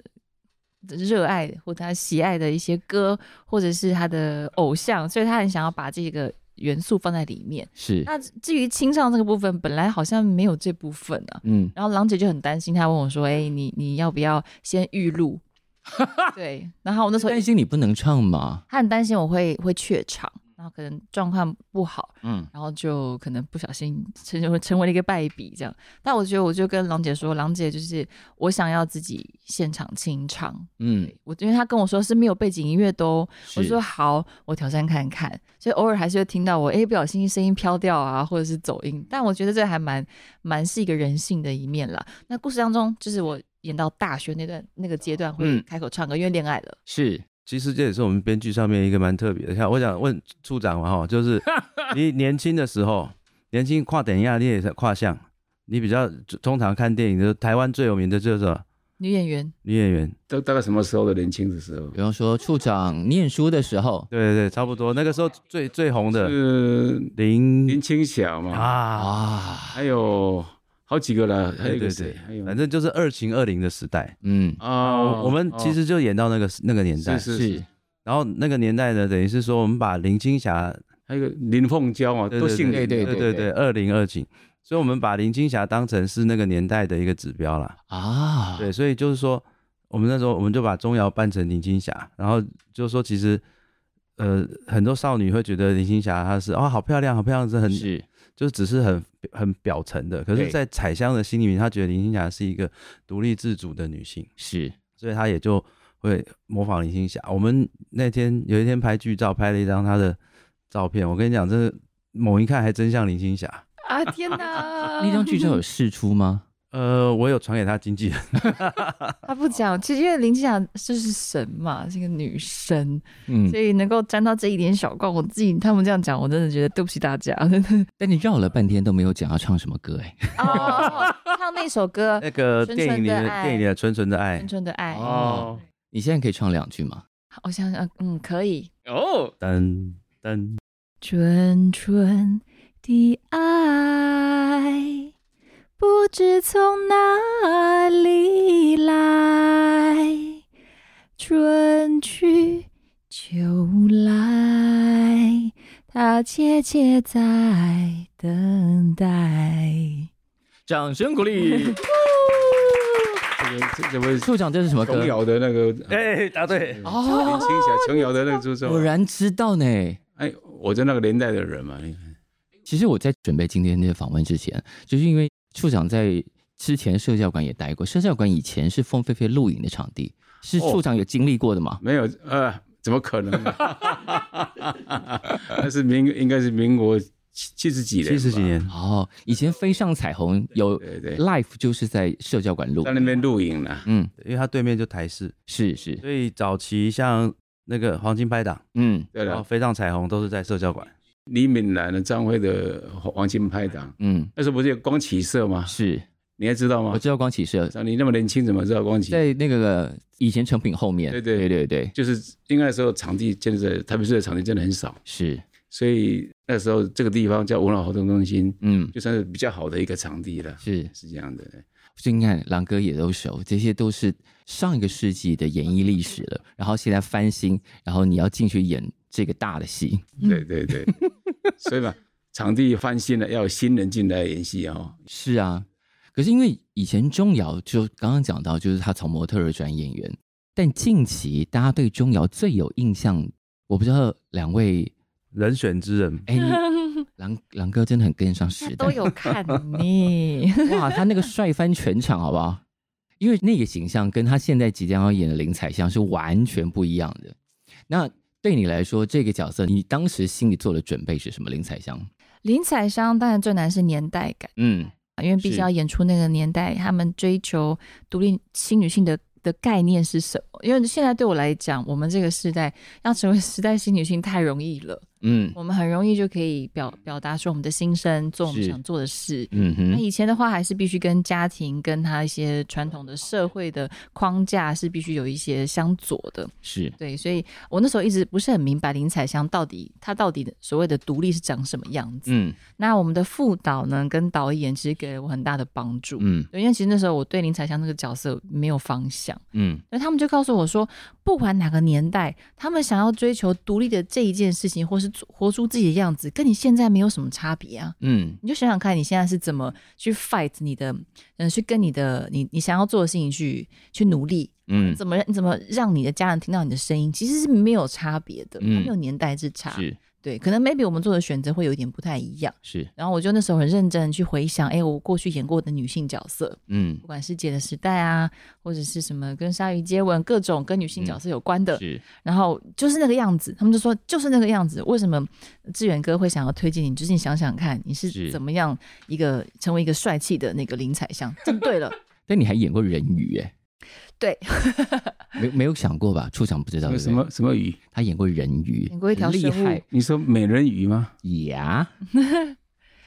S2: 热爱或他喜爱的一些歌，或者是他的偶像，所以他很想要把这个元素放在里面。
S1: 是，
S2: 那至于清唱这个部分，本来好像没有这部分啊。
S1: 嗯，
S2: 然后郎姐就很担心，她问我说：“哎、你你要不要先预 录？”对，然后我那时候
S1: 担心你不能唱嘛？
S2: 她很担心我会会怯场，然后可能状况不好，
S1: 嗯，
S2: 然后就可能不小心成就成为了一个败笔这样。但我觉得我就跟郎姐说，郎姐就是我想要自己现场清唱。
S1: 嗯，
S2: 我因为她跟我说是没有背景音乐的哦，我
S1: 是
S2: 说好，我挑战看看。所以偶尔还是会听到我哎不小心声音飘掉啊，或者是走音。但我觉得这还蛮蛮是一个人性的一面啦。那故事当中就是我。演到大学那段那个阶段会
S1: 嗯
S2: 开口唱歌，因为恋爱了。
S1: 是，
S4: 其实这也是我们编剧上面一个蛮特别的。像我想问处长嘛，哈，就是 你年轻的时候，年轻跨等一下，你也是跨项，你比较通常看电影的时候，台湾最有名的就是什么
S2: 女演员
S4: 女演员，
S3: 都大概什么时候的年轻的时候
S1: 比？方说处长念书的时候
S4: 对对对，差不多那个时候最最红的
S3: 是林
S4: 林
S3: 青霞嘛，
S4: 啊，
S1: 啊，
S3: 还有好几个了，还有
S4: 对
S3: 一个
S4: 对
S3: 谁
S4: 对？
S3: 还有，
S4: 反正就是二情二零的时代。
S1: 嗯，
S3: 啊
S4: 我我们其实就演到那个那个年代
S3: 是，是是，
S4: 然后那个年代呢，等于是说我们把林青霞
S3: 还有一个林凤娇啊，
S4: 对
S3: 都姓
S1: 对
S3: 林
S1: 对
S4: 对对对二零二景，所以我们把林青霞当成是那个年代的一个指标啦。
S1: 啊，
S4: 对，所以就是说，我们那时候我们就把钟瑶扮成林青霞，然后就是说，其实呃，很多少女会觉得林青霞她是哦，好漂亮，好漂亮，是很
S1: 是，
S4: 就是只是很很表层的。可是，
S1: 对
S4: 在彩香的心里面，她觉得林青霞是一个独立自主的女性，
S1: 是，
S4: 所以她也就会模仿林青霞。我们那天有一天拍剧照，拍了一张她的照片，我跟你讲，真的猛一看还真像林青霞。
S2: 啊！天哪，
S1: 那张剧照有试出吗？
S4: 呃，我有传给他经 纪人，
S2: 他不讲，其实因为林青霞就是神嘛，是一个女神，
S1: 嗯
S2: 所，以能够沾到这一点小光，我自己他们这样讲，我真的觉得对不起大家。 真的
S1: 但你绕了半天都没有讲要唱什么歌哎、
S2: 哦，唱那首歌
S4: 那个
S2: 纯纯
S4: 电影里
S2: 的
S4: 的
S2: 爱
S4: 电影里的《纯纯的爱
S2: 《青》春的爱》
S1: 哦，你现在可以唱两句吗？
S2: 我想想，嗯，可以。
S3: 哦，
S4: 噔噔，
S2: 纯纯的爱，啊不知从哪里来，春去秋来，它切切在等待。
S1: 掌声鼓励！
S3: 这个这这位
S1: 处长，这是什么
S3: 琼
S1: 歌？哦
S3: 瑶的那个
S4: 哎，答
S3: 林
S4: 对，
S3: 青霞琼瑶的那个著
S1: 果
S3: 作，
S1: 然知道呢。
S3: 哎，我就那个年代的人嘛，你看
S1: 其实我在准备今天的访问之前，就是因为处长在之前社教馆也待过，社教馆以前是凤飞飞露营的场地，是
S3: 哦
S1: 处长有经历过的吗？
S3: 没有呃，怎么可能 呢？那是民应该是民国七七十几年，
S4: 七十几，年，
S1: 哦，以前飞上彩虹有
S3: 对对，
S1: life 就是在社教馆录
S3: 在，那边露营了。
S1: 嗯，
S4: 因为他对面就台视，
S1: 是是，
S4: 所以早期像那个黄金拍档，
S1: 嗯
S3: 对
S4: 然后
S3: 了，
S4: 飞上彩虹都是在社交馆，
S3: 李敏兰的张辉的黄金拍档，
S1: 嗯，
S3: 那时候不是有光启社吗？
S1: 是，
S3: 你还知道吗
S1: 我？知道光启社
S3: 像你那么年轻，怎么知道光启？
S1: 在那个以前成品后面，
S3: 对对
S1: 对对对，
S3: 就是因为那时候场地建设，台北市的场地真的很少，
S1: 是，
S3: 所以那时候这个地方叫文化活动中心，
S1: 嗯
S3: 就算是比较好的一个场地了，
S1: 是，
S3: 是这样的。
S1: 所以你看，狼哥也都熟，这些都是上一个世纪的演艺历史了。然后现在翻新，然后你要进去演这个大的戏，
S3: 对 对对，所以嘛，场地翻新了，要有新人进来演戏哦。
S1: 是啊。可是因为以前钟瑶就刚刚讲到，就是她从模特儿转演员，但近期大家对钟瑶最有印象，我不知道两位，
S4: 人选之人，
S1: 哎，你狼狼哥真的很跟上时代
S2: 都，有看你，
S1: 哇，他那个帅翻全场，好不好？因为那个形象跟他现在即将要演的林采香是完全不一样的。那对你来说，这个角色你当时心里做的准备是什么？林采香，
S2: 林采香当然最难是年代感。
S1: 嗯，
S2: 因为毕竟
S1: 是
S2: 要演出那个年代，他们追求独立新女性的的概念是什么？因为现在对我来讲，我们这个时代要成为时代新女性太容易了，
S1: 嗯
S2: 我们很容易就可以表表达出我们的心声，做我们
S1: 是
S2: 想做的事。
S1: 嗯
S2: 那
S1: 哼，
S2: 以前的话，还是必须跟家庭、跟他一些传统的社会的框架是必须有一些相左的。
S1: 是
S2: 对，所以我那时候一直不是很明白林采香到底她到底的所谓的独立是长什么样子。
S1: 嗯
S2: 那我们的副导呢，跟导演其实给了我很大的帮助。
S1: 嗯
S2: 对因为其实那时候我对林采香那个角色没有方向，
S1: 嗯，
S2: 那他们就告诉我说，不管哪个年代，他们想要追求独立的这一件事情，或是做活出自己的样子，跟你现在没有什么差别啊。
S1: 嗯
S2: 你就想想看，你现在是怎么去 fight 你的，嗯、去跟你的呃你你想要做的事情去去努力，
S1: 嗯，
S2: 怎么你怎么让你的家人听到你的声音，其实是没有差别的，它
S1: 嗯
S2: 没有年代之差。
S1: 是
S2: 对，可能 maybe 我们做的选择会有一点不太一样。
S1: 是，
S2: 然后我就那时候很认真地去回想，哎，我过去演过的女性角色，
S1: 嗯
S2: 不管是姐的时代啊，或者是什么跟鲨鱼接吻，各种跟女性角色有关的，
S1: 是，
S2: 然后就是那个样子，他们就说就是那个样子。为什么志远哥会想要推荐你？就是你想想看，你
S1: 是
S2: 是怎么样一个成为一个帅气的那个林采香？真对了，
S1: 但你还演过人鱼哎、
S2: 对，
S1: 没没有想过吧？处长不知道对
S3: 什么
S1: 不对
S3: 什么什么鱼？
S1: 他演过人鱼，
S2: 演过一条
S1: 很厉
S2: 生物
S1: 害啊
S3: 你说美人鱼吗？
S1: 呀，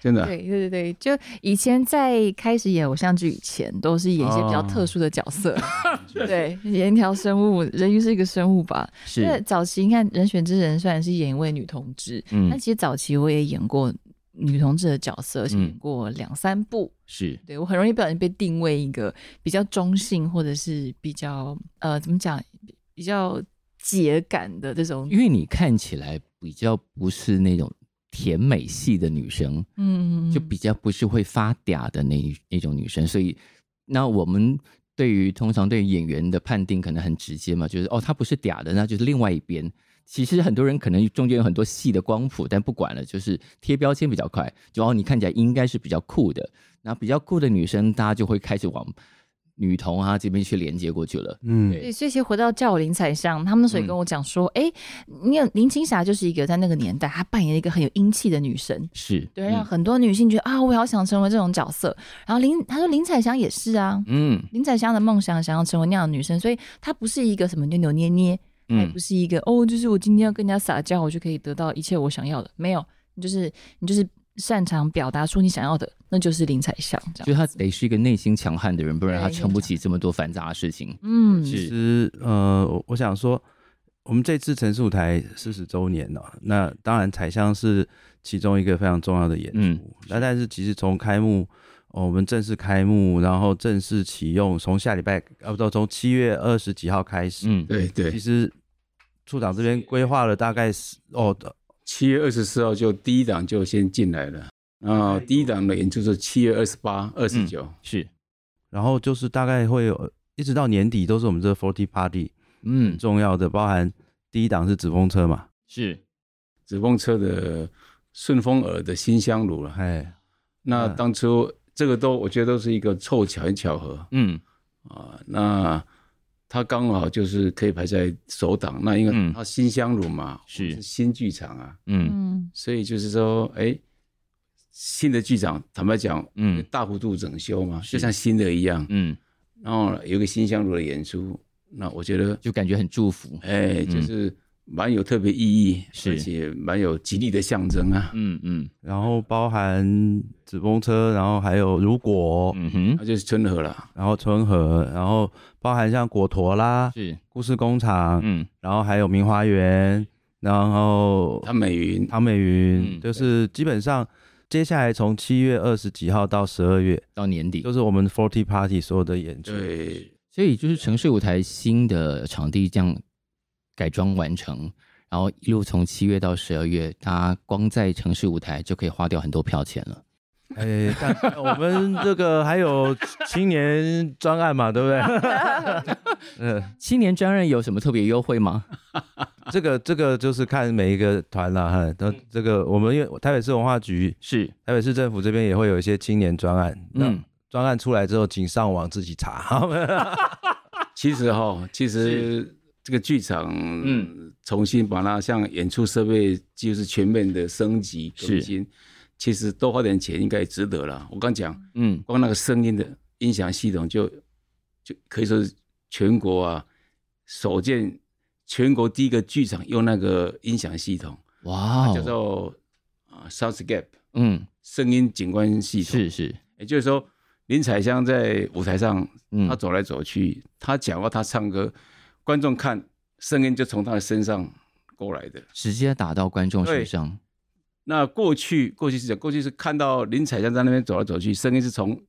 S3: 真的啊？
S2: 对对对对，就以前在开始演偶像剧以前，都是演一些比较特殊的角色，对，演一条生物，人鱼是一个生物吧？那
S1: 是，
S2: 早期你看《人选之人》虽然是演一位女同志，那
S1: 嗯
S2: 其实早期我也演过女同志的角色，而且演
S1: 嗯
S2: 过两三部。
S1: 是，
S2: 对我很容易不小心被定位一个比较中性，或者是比较呃怎么讲，比较解感的这种。
S1: 因为你看起来比较不是那种甜美系的女生，
S2: 嗯，
S1: 就比较不是会发嗲的那一那种女生，所以那我们对于通常对于演员的判定可能很直接嘛，就是哦，她不是嗲的，那就是另外一边。其实很多人可能中间有很多细的光谱，但不管了，就是贴标签比较快。就哦，你看起来应该是比较酷的，那比较酷的女生，大家就会开始往女童啊这边去连接过去了。
S4: 嗯
S1: 对
S2: 对，所以其实回到教我林采香，他们那时候
S1: 嗯
S2: 也跟我讲说，哎、你有林青霞就是一个在那个年代，她扮演了一个很有英气的女神，
S1: 是，
S2: 对，让很多女性觉得啊，我也好想成为这种角色。然后林，她说林采香也是啊，
S1: 嗯
S2: 林采香的梦想想要成为那样的女生，所以她不是一个什么扭扭捏捏，她也
S1: 嗯
S2: 不是一个、哦，就是我今天要跟人家撒娇，我就可以得到一切我想要的，没有，你就是你就是擅长表达出你想要的，那就是林采香这
S1: 就
S2: 样。
S1: 他得是一个内心强悍的人，不然他
S2: 对
S1: 撑不起这么多繁杂的事情。
S2: 嗯，
S4: 其
S1: 是，
S4: 实呃，我我想说，我们这次陈述台四十周年呢、那当然彩香是其中一个非常重要的演出。
S1: 嗯
S4: 那但是其实从开幕、哦我们正式开幕，然后正式启用，从下礼拜啊不，从七月二十几号开始，
S1: 嗯，
S3: 对
S4: 其
S3: 对，
S4: 实处长这边规划了大概是哦，
S3: 七月二十四号就第一档就先进来了，
S1: 哎
S3: 啊，第一档的演出是七月二十八、二十九，
S1: 是，
S4: 然后就是大概会有一直到年底都是我们这 Forty Party
S1: 嗯
S4: 很重要的，包含第一档是纸风车嘛，
S1: 是，
S3: 纸风车的顺风耳的新香
S1: 嗯
S3: 炉了。
S4: 哎，
S3: 那
S4: 嗯
S3: 当初这个都我觉得都是一个凑巧很巧合
S1: 嗯
S3: 啊，那。它刚好就是可以排在首档，那因
S1: 嗯
S3: 为它新香炉嘛，
S1: 是
S3: 新剧场啊，
S1: 嗯
S2: 嗯，
S3: 所以就是说，哎，新的剧场，坦白讲，
S1: 嗯
S3: 大幅度整修嘛，
S1: 是
S3: 就像新的一样。
S1: 嗯，
S3: 然后有一个新香炉的演出，那我觉得，
S1: 就感觉很祝福。
S3: 哎，
S1: 嗯
S3: 就是蛮有特别意义，
S1: 是
S3: 而且蛮有吉利的象征啊。
S1: 嗯嗯
S4: 然后包含纸风车，然后还有如果，
S1: 嗯哼，
S3: 那就是春和了，
S4: 然后春和，然后包含像果陀啦、
S1: 是，
S4: 故事工厂，
S1: 嗯
S4: 然后还有明华园，然后
S3: 他美云，
S4: 唐美云，
S1: 嗯
S4: 就是基本上接下来从七月二十几号到十二月，
S1: 到年底
S4: 就。是我们 Forty Party 所有的演出。
S3: 对，
S1: 所以就是城市舞台新的场地这样改装完成，然后一路从七月到十二月，它光在城市舞台就可以花掉很多票钱了。
S4: 哎，但我们这个还有青年专案嘛，对 不对？嗯，
S1: 青年专任有什么特别优惠吗？
S4: 这个这个就是看每一个团了哈。那
S1: 嗯
S4: 这个我们因为台北市文化局
S1: 是，
S4: 台北市政府这边也会有一些青年专案，嗯
S1: 嗯，
S4: 专案出来之后，请上网自己查。
S3: 其实哈，其实这个剧场，
S1: 嗯
S3: 嗯，重新把它像演出设备就是全面的升级
S1: 是
S3: 更新，其实多花点钱应该也值得了。我刚讲。
S1: 嗯
S3: 光那个声音的音响系统就就可以说是全国啊首见全国第一个剧场用那个音响系统，
S1: 哇
S3: 叫
S1: 哦，
S3: 做啊 Soundscape
S1: 嗯，
S3: 声音景观系统。
S1: 是，是，
S3: 也就是说林采香在舞台上，
S1: 嗯
S3: 她走来走去，她讲话，她唱歌，观众看声音就从她的身上过来的。
S1: 直接打到观众身
S3: 对
S1: 上。
S3: 那过去过去是讲，过去是看到林采香在那边走来走去，声音是从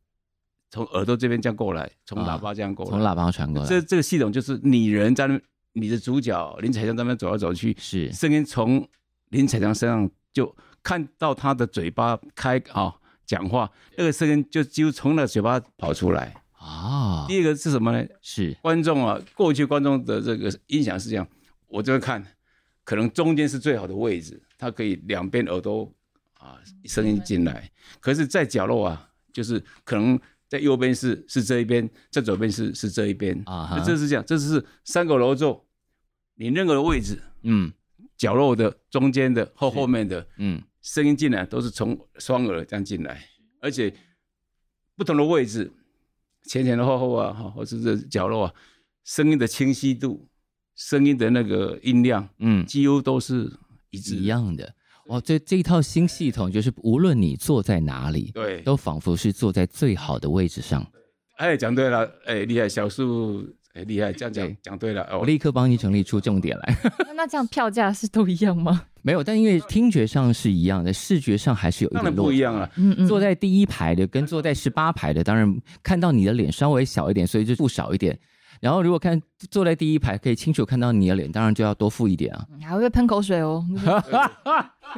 S3: 从耳朵这边这样过来，从
S1: 啊
S3: 喇叭这样过来，
S1: 从喇叭传过来，
S3: 这这个系统就是你人在那，你的主角林采香在那边走来走去，
S1: 是
S3: 声音从林采香身上就看到她的嘴巴开啊、讲话，那个声音就几乎从那个嘴巴跑出来。
S1: 啊，
S3: 第二个是什么呢？
S1: 是
S3: 观众啊，过去观众的这个音响是这样，我这边看，可能中间是最好的位置，它可以两边耳朵啊声音进来，可是，在角落啊，就是可能在右边是是这一边，在左边是是这一边
S1: 啊哈
S3: 那这是这样，这是三个楼座，你任何的位置，
S1: 嗯
S3: 角落的、中间的、后
S1: 是
S3: 后面的
S1: 嗯
S3: 声音进来，都是从双耳这样进来，而且不同的位置，前前后后啊，哈，或者是角落啊，声音的清晰度、声音的那个音量，
S1: 嗯，
S3: 几乎都是一致的
S1: 一。样的。哦，这这一套新系统就是无论你坐在哪里，
S3: 对，
S1: 都仿佛是坐在最好的位置上。
S3: 哎，讲对了，哎，厉害，小树，哎，厉害，这样
S1: 对
S3: 讲讲对了，
S1: 我
S3: 哦，
S1: 立刻帮你整理出重点来。
S2: 那那这样票价是都一样吗？
S1: 没有，但因为听觉上是一样的，视觉上还是有一
S3: 当
S1: 点
S3: 然
S1: 落
S3: 不一
S1: 差。
S3: 样啊了。
S2: 嗯嗯，
S1: 坐在第一排的跟坐在十八排的，当然看到你的脸稍微小一点，所以就付少一点。然后如果看坐在第一排可以清楚看到你的脸，当然就要多付一点啊。
S2: 嗯还会被喷口水哦。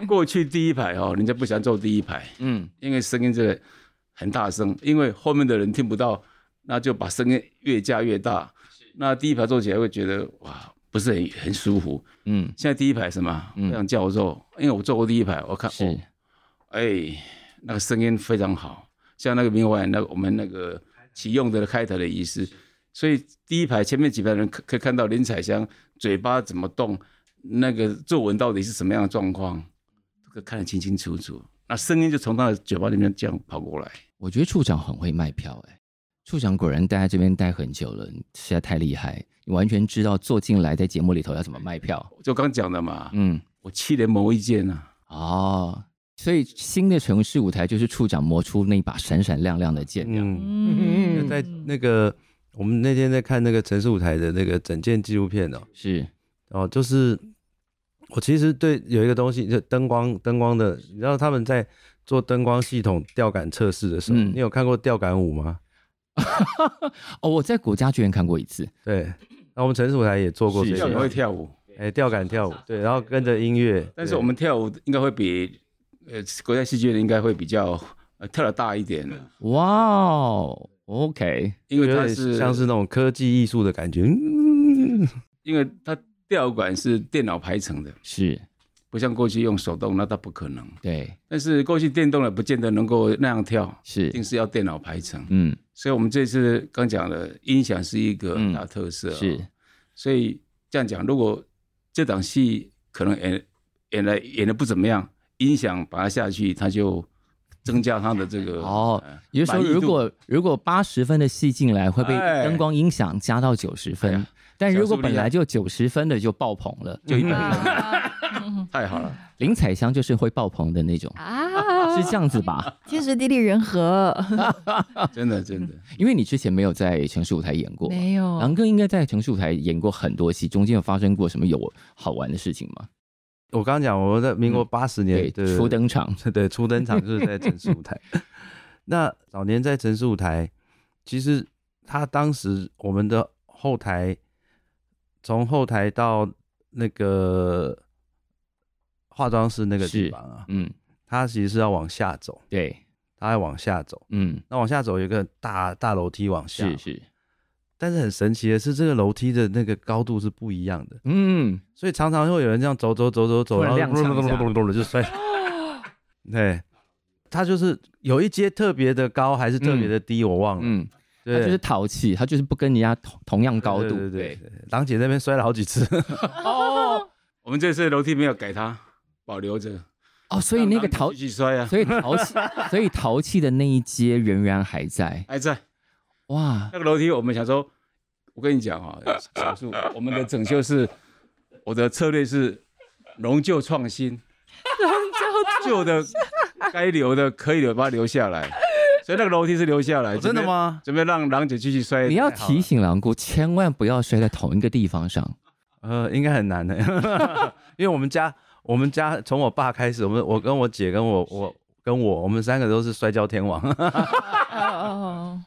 S3: 过去第一排哦，人家不喜欢坐第一排，
S1: 嗯，
S3: 因为声音这个很大声，因为后面的人听不到，那就把声音越加越大。那第一排坐起来会觉得哇，不是很很舒服。
S1: 嗯，
S3: 现在第一排什么
S1: 嗯
S3: 非常教授，因为我坐过第一排，我看
S1: 是
S3: 哦，哎，那个声音非常好，像那个明华园那个我们那个启用的开头的仪式。所以第一排前面几排人可可以看到林彩香嘴巴怎么动，那个皱纹到底是什么样的状况，这个看得清清楚楚。那声音就从他的嘴巴里面这样跑过来。
S1: 我觉得处长很会卖票、哎，处长果然待在这边待很久了，实在太厉害，你完全知道坐进来在节目里头要怎么卖票。
S3: 就刚讲的嘛，
S1: 嗯，
S3: 我七年谋一剑啊，
S1: 哦，所以新的城市舞台就是处长磨出那把闪闪亮亮的剑。
S4: 嗯，
S2: 嗯
S4: 在 那个我们那天在看那个城市舞台的那个整件纪录片哦，
S1: 是，
S4: 哦，就是我其实对有一个东西，就灯光灯光的，你知道他们在做灯光系统吊杆测试的时候，
S1: 嗯
S4: 你有看过吊杆舞吗？
S1: 哦，我在国家剧院看过一次，
S4: 对，那我们城市舞台也做过
S1: 是
S4: 这
S1: 对
S3: 要你会
S4: 个，
S3: 跳舞，
S4: 哎，吊杆跳舞，对，然后跟着音乐，
S3: 但是
S4: 对
S3: 我们跳舞应该会比呃国家戏剧院应该会比较呃跳的大一点了，
S1: 哇哦，OK，
S3: 因为
S4: 有
S3: 它
S4: 点
S3: 是
S4: 像是那种科技艺术的感觉，嗯，
S3: 因为它吊管是电脑排成的，
S1: 是
S3: 不像过去用手动，那它不可能。
S1: 对，
S3: 但是过去电动的不见得能够那样跳，一
S1: 是，
S3: 定是要电脑排成。
S1: 嗯，
S3: 所以我们这次刚讲了，音响是一个
S1: 嗯
S3: 大特色、啊
S1: 是，
S3: 所以这样讲，如果这档戏可能演演了演的不怎么样，音响把它下去，它就增加它的这个
S1: 哦
S3: 呃
S1: 也就是
S3: 满
S1: 说，
S3: 意度
S1: 如果如果八十分的戏进来，会被
S3: 哎
S1: 灯光音响加到九十
S3: 哎
S1: 分
S3: 呀；
S1: 但
S3: 小
S1: 如果
S3: 树厉
S1: 本来
S3: 害
S1: 就九十分的就爆棚了。
S3: 就一百分，
S2: 啊
S3: 太好了。
S1: 林采香就是会爆棚的那种，
S2: 啊
S1: 是这样子吧？
S2: 天时地利人和，
S3: 真的真的，
S1: 因为你之前没有在城市舞台演过嘛，
S2: 没有
S4: 哦
S1: 狼哥应该在城市舞台演过很多戏，中间有发生过什么有好玩的事情吗？
S4: 我刚刚讲我在民国八十年的
S1: 嗯初登场，
S4: 对，初登场就是在城市 舞台。那早年在城市舞台，其实他当时我们的后台，从后台到那个化妆室那个地
S1: 是
S4: 方啊，
S1: 嗯，
S4: 它其实是要往下走，
S1: 对，
S4: 它要往下走。
S1: 嗯，
S4: 那往下走有一个大大楼梯往下，
S1: 是是，
S4: 但是很神奇的是，这个楼梯的那个高度是不一样的，
S1: 嗯，
S4: 所以常常会有人这样走走走走走，
S1: 突然
S4: 然后
S1: 踉跄一下
S4: 就摔。对，他就是有一阶特别的高还是特别的低，我忘了。嗯，
S1: 嗯，他
S4: 对，
S1: 就是淘气，他就是不跟人家同同样高度，
S4: 对对对对，郎姐那边摔了好几次，
S1: 哦
S3: 我们这次楼梯没有改它，保留着。
S1: 哦，所以那个
S3: 让它
S1: 淘
S3: 继，续摔啊，
S1: 所以淘气， 所以淘气的那一阶仍然还在，
S3: 还在
S1: 哇，
S3: 那个楼梯。我们想说，我跟你讲啊，小树，我们的整修是我的策略是容旧创新，旧的该留的可以留，把它留下来。所以那个楼梯是留下来，
S4: 哦真的吗？
S3: 准备？准备让郎姐继续摔。
S1: 你要提醒狼姑，千万不要摔在同一个地方上，
S4: 呃，应该很难的，因为我们家我们家从我爸开始，我们我跟我姐跟我我跟我我们三个都是摔跤天王。
S2: 哦哦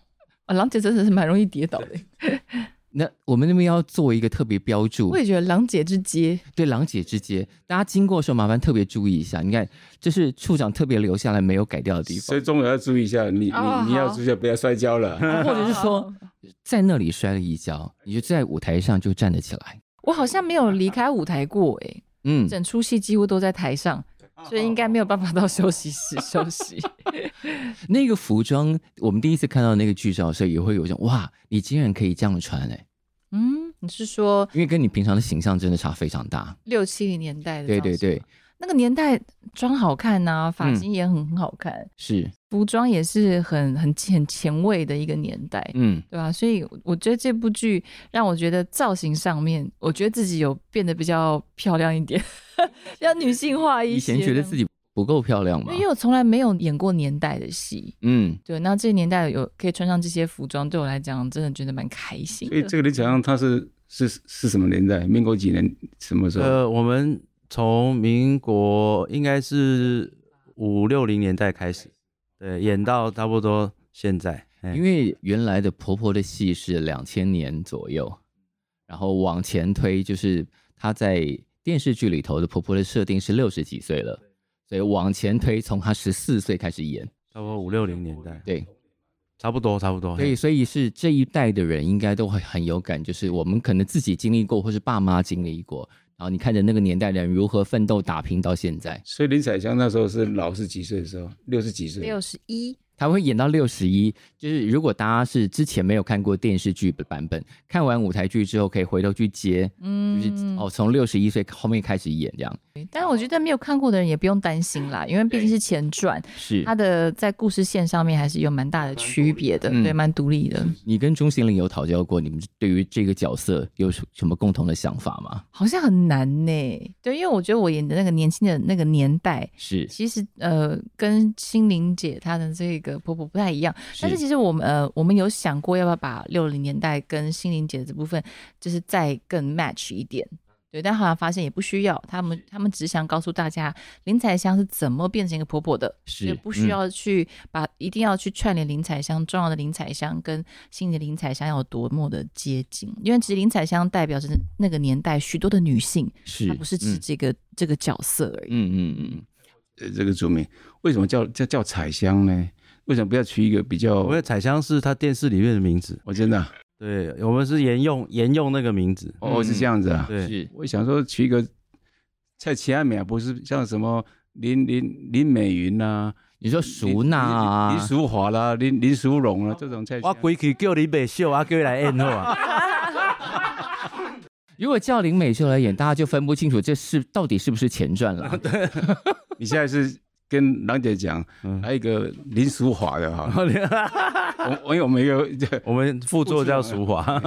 S2: 哦，郎姐真的是蛮容易跌倒的。
S4: 嗯
S1: 那我们那边要做一个特别标注
S2: 我，也觉得郎姐之街，
S1: 对郎姐之街，大家经过的时候麻烦特别注意一下。你看，这是处长特别留下来没有改掉的地
S3: 所
S1: 方
S3: 以，中午要注意一下，你你
S2: 哦
S3: 你要
S2: 好
S3: 注意一下，不要摔跤了。
S1: 或者是说在那里摔了一跤，你就在舞台上就站得起来。
S2: 我好像没有离开舞台过哎、
S1: 嗯，
S2: 整出戏几乎都在台上，
S1: 啊
S2: 所以应该没有办法到休息室休息。
S1: 那个服装，我们第一次看到那个剧照的时候，也会有一种哇，你竟然可以这样穿哎、
S2: 嗯，你是说
S1: 因为跟你平常的形象真的差非常大。
S2: 六七零年代的？
S1: 对对对，，嗯
S2: 那个年代妆好看呐、发型也很很好看，
S1: 是，
S2: 服装也是很很很前卫的一个年代。
S1: 嗯，
S2: 对啊，所以我觉得这部剧让我觉得造型上面，我觉得自己有变得比较漂亮一点， 比较女性化一些。
S1: 以前觉得自己不够漂亮嘛
S2: 因，为我从来没有演过年代的戏，
S1: 嗯，
S2: 对，那这个年代有可以穿上这些服装，对我来讲真的觉得蛮开心
S3: 所以
S2: 的。
S3: 这个林巧香她是是是什么年代？民国几年？什么时候？
S4: 呃，我们从民国应该是五六零年代开始，对，演到差不多现在。哎
S1: 因为原来的婆婆的戏是两千年左右，然后往前推，就是她在电视剧里头的婆婆的设定是六十几岁了，所以往前推，从她十四岁开始演，
S4: 差不多五六零年代，
S1: 对，
S4: 差不多差不多。
S1: 所以
S4: 嘿
S1: 所以是这一代的人应该都会很有感，就是我们可能自己经历过，或是爸妈经历过，然后你看着那个年代的人如何奋斗打拼到现在，
S3: 所以林彩香那时候是老是几岁的时候？六十几岁。
S2: 六十一，
S1: 他会演到六十一。就是如果大家是之前没有看过电视剧的版本，看完舞台剧之后可以回头去接，就是
S2: 嗯，
S1: 哦，从六十一岁后面开始演这样。
S2: 但我觉得没有看过的人也不用担心啦，因为毕竟是前传，
S1: 是
S2: 它的在故事线上面还是有蛮大的区别的，
S1: 嗯
S2: 对，蛮独立的。
S1: 你跟钟欣凌有讨教过，你们对于这个角色有什什么共同的想法吗？
S2: 好像很难呢、对，因为我觉得我演的那个年轻的那个年代，
S1: 是，
S2: 其实呃，跟心灵姐她的这个婆婆不太一样，但是其实我们呃，我们有想过要不要把六零年代跟心灵姐的这部分，就是再更 match 一点。对，但后来发现也不需要，他们他们只想告诉大家林采香是怎么变成一个婆婆的，
S1: 是
S2: 就不
S1: 嗯
S2: 需要去把、一定要去串联林采香重要的林采香跟新的林采香要有多么的接近，因为其实林采香代表着那个年代许多的女性，
S1: 是，
S2: 她不是指
S1: 嗯
S2: 这个、这个角色而已。
S1: 嗯嗯嗯
S3: 呃，这个族名为什么叫叫叫彩香呢？为什么不要取一个比较
S4: 我？们彩香是他电视里面的名字，
S3: 我真的啊，
S4: 对我们是沿用沿用那个名字，
S3: 哦，是这样子啊。
S1: 嗯，
S4: 对，
S1: 是
S3: 我想说取一个蔡其安美啊，不是像什么林林林美云呐、
S1: 你说熟娜
S3: 林
S1: 啊
S3: 林，淑华啦、林林淑荣啊啦、这种蔡其
S4: 我
S3: 安。
S4: 哦鬼去叫你美秀，我叫你来演好啊，
S1: 如果叫林美秀来演，大家就分不清楚这是到底是不是前传了。
S3: 你现在是跟郎姐讲，
S4: 嗯
S3: 还有一个林淑华的哈、 我我有没有？ 对
S4: 我们副作叫淑华，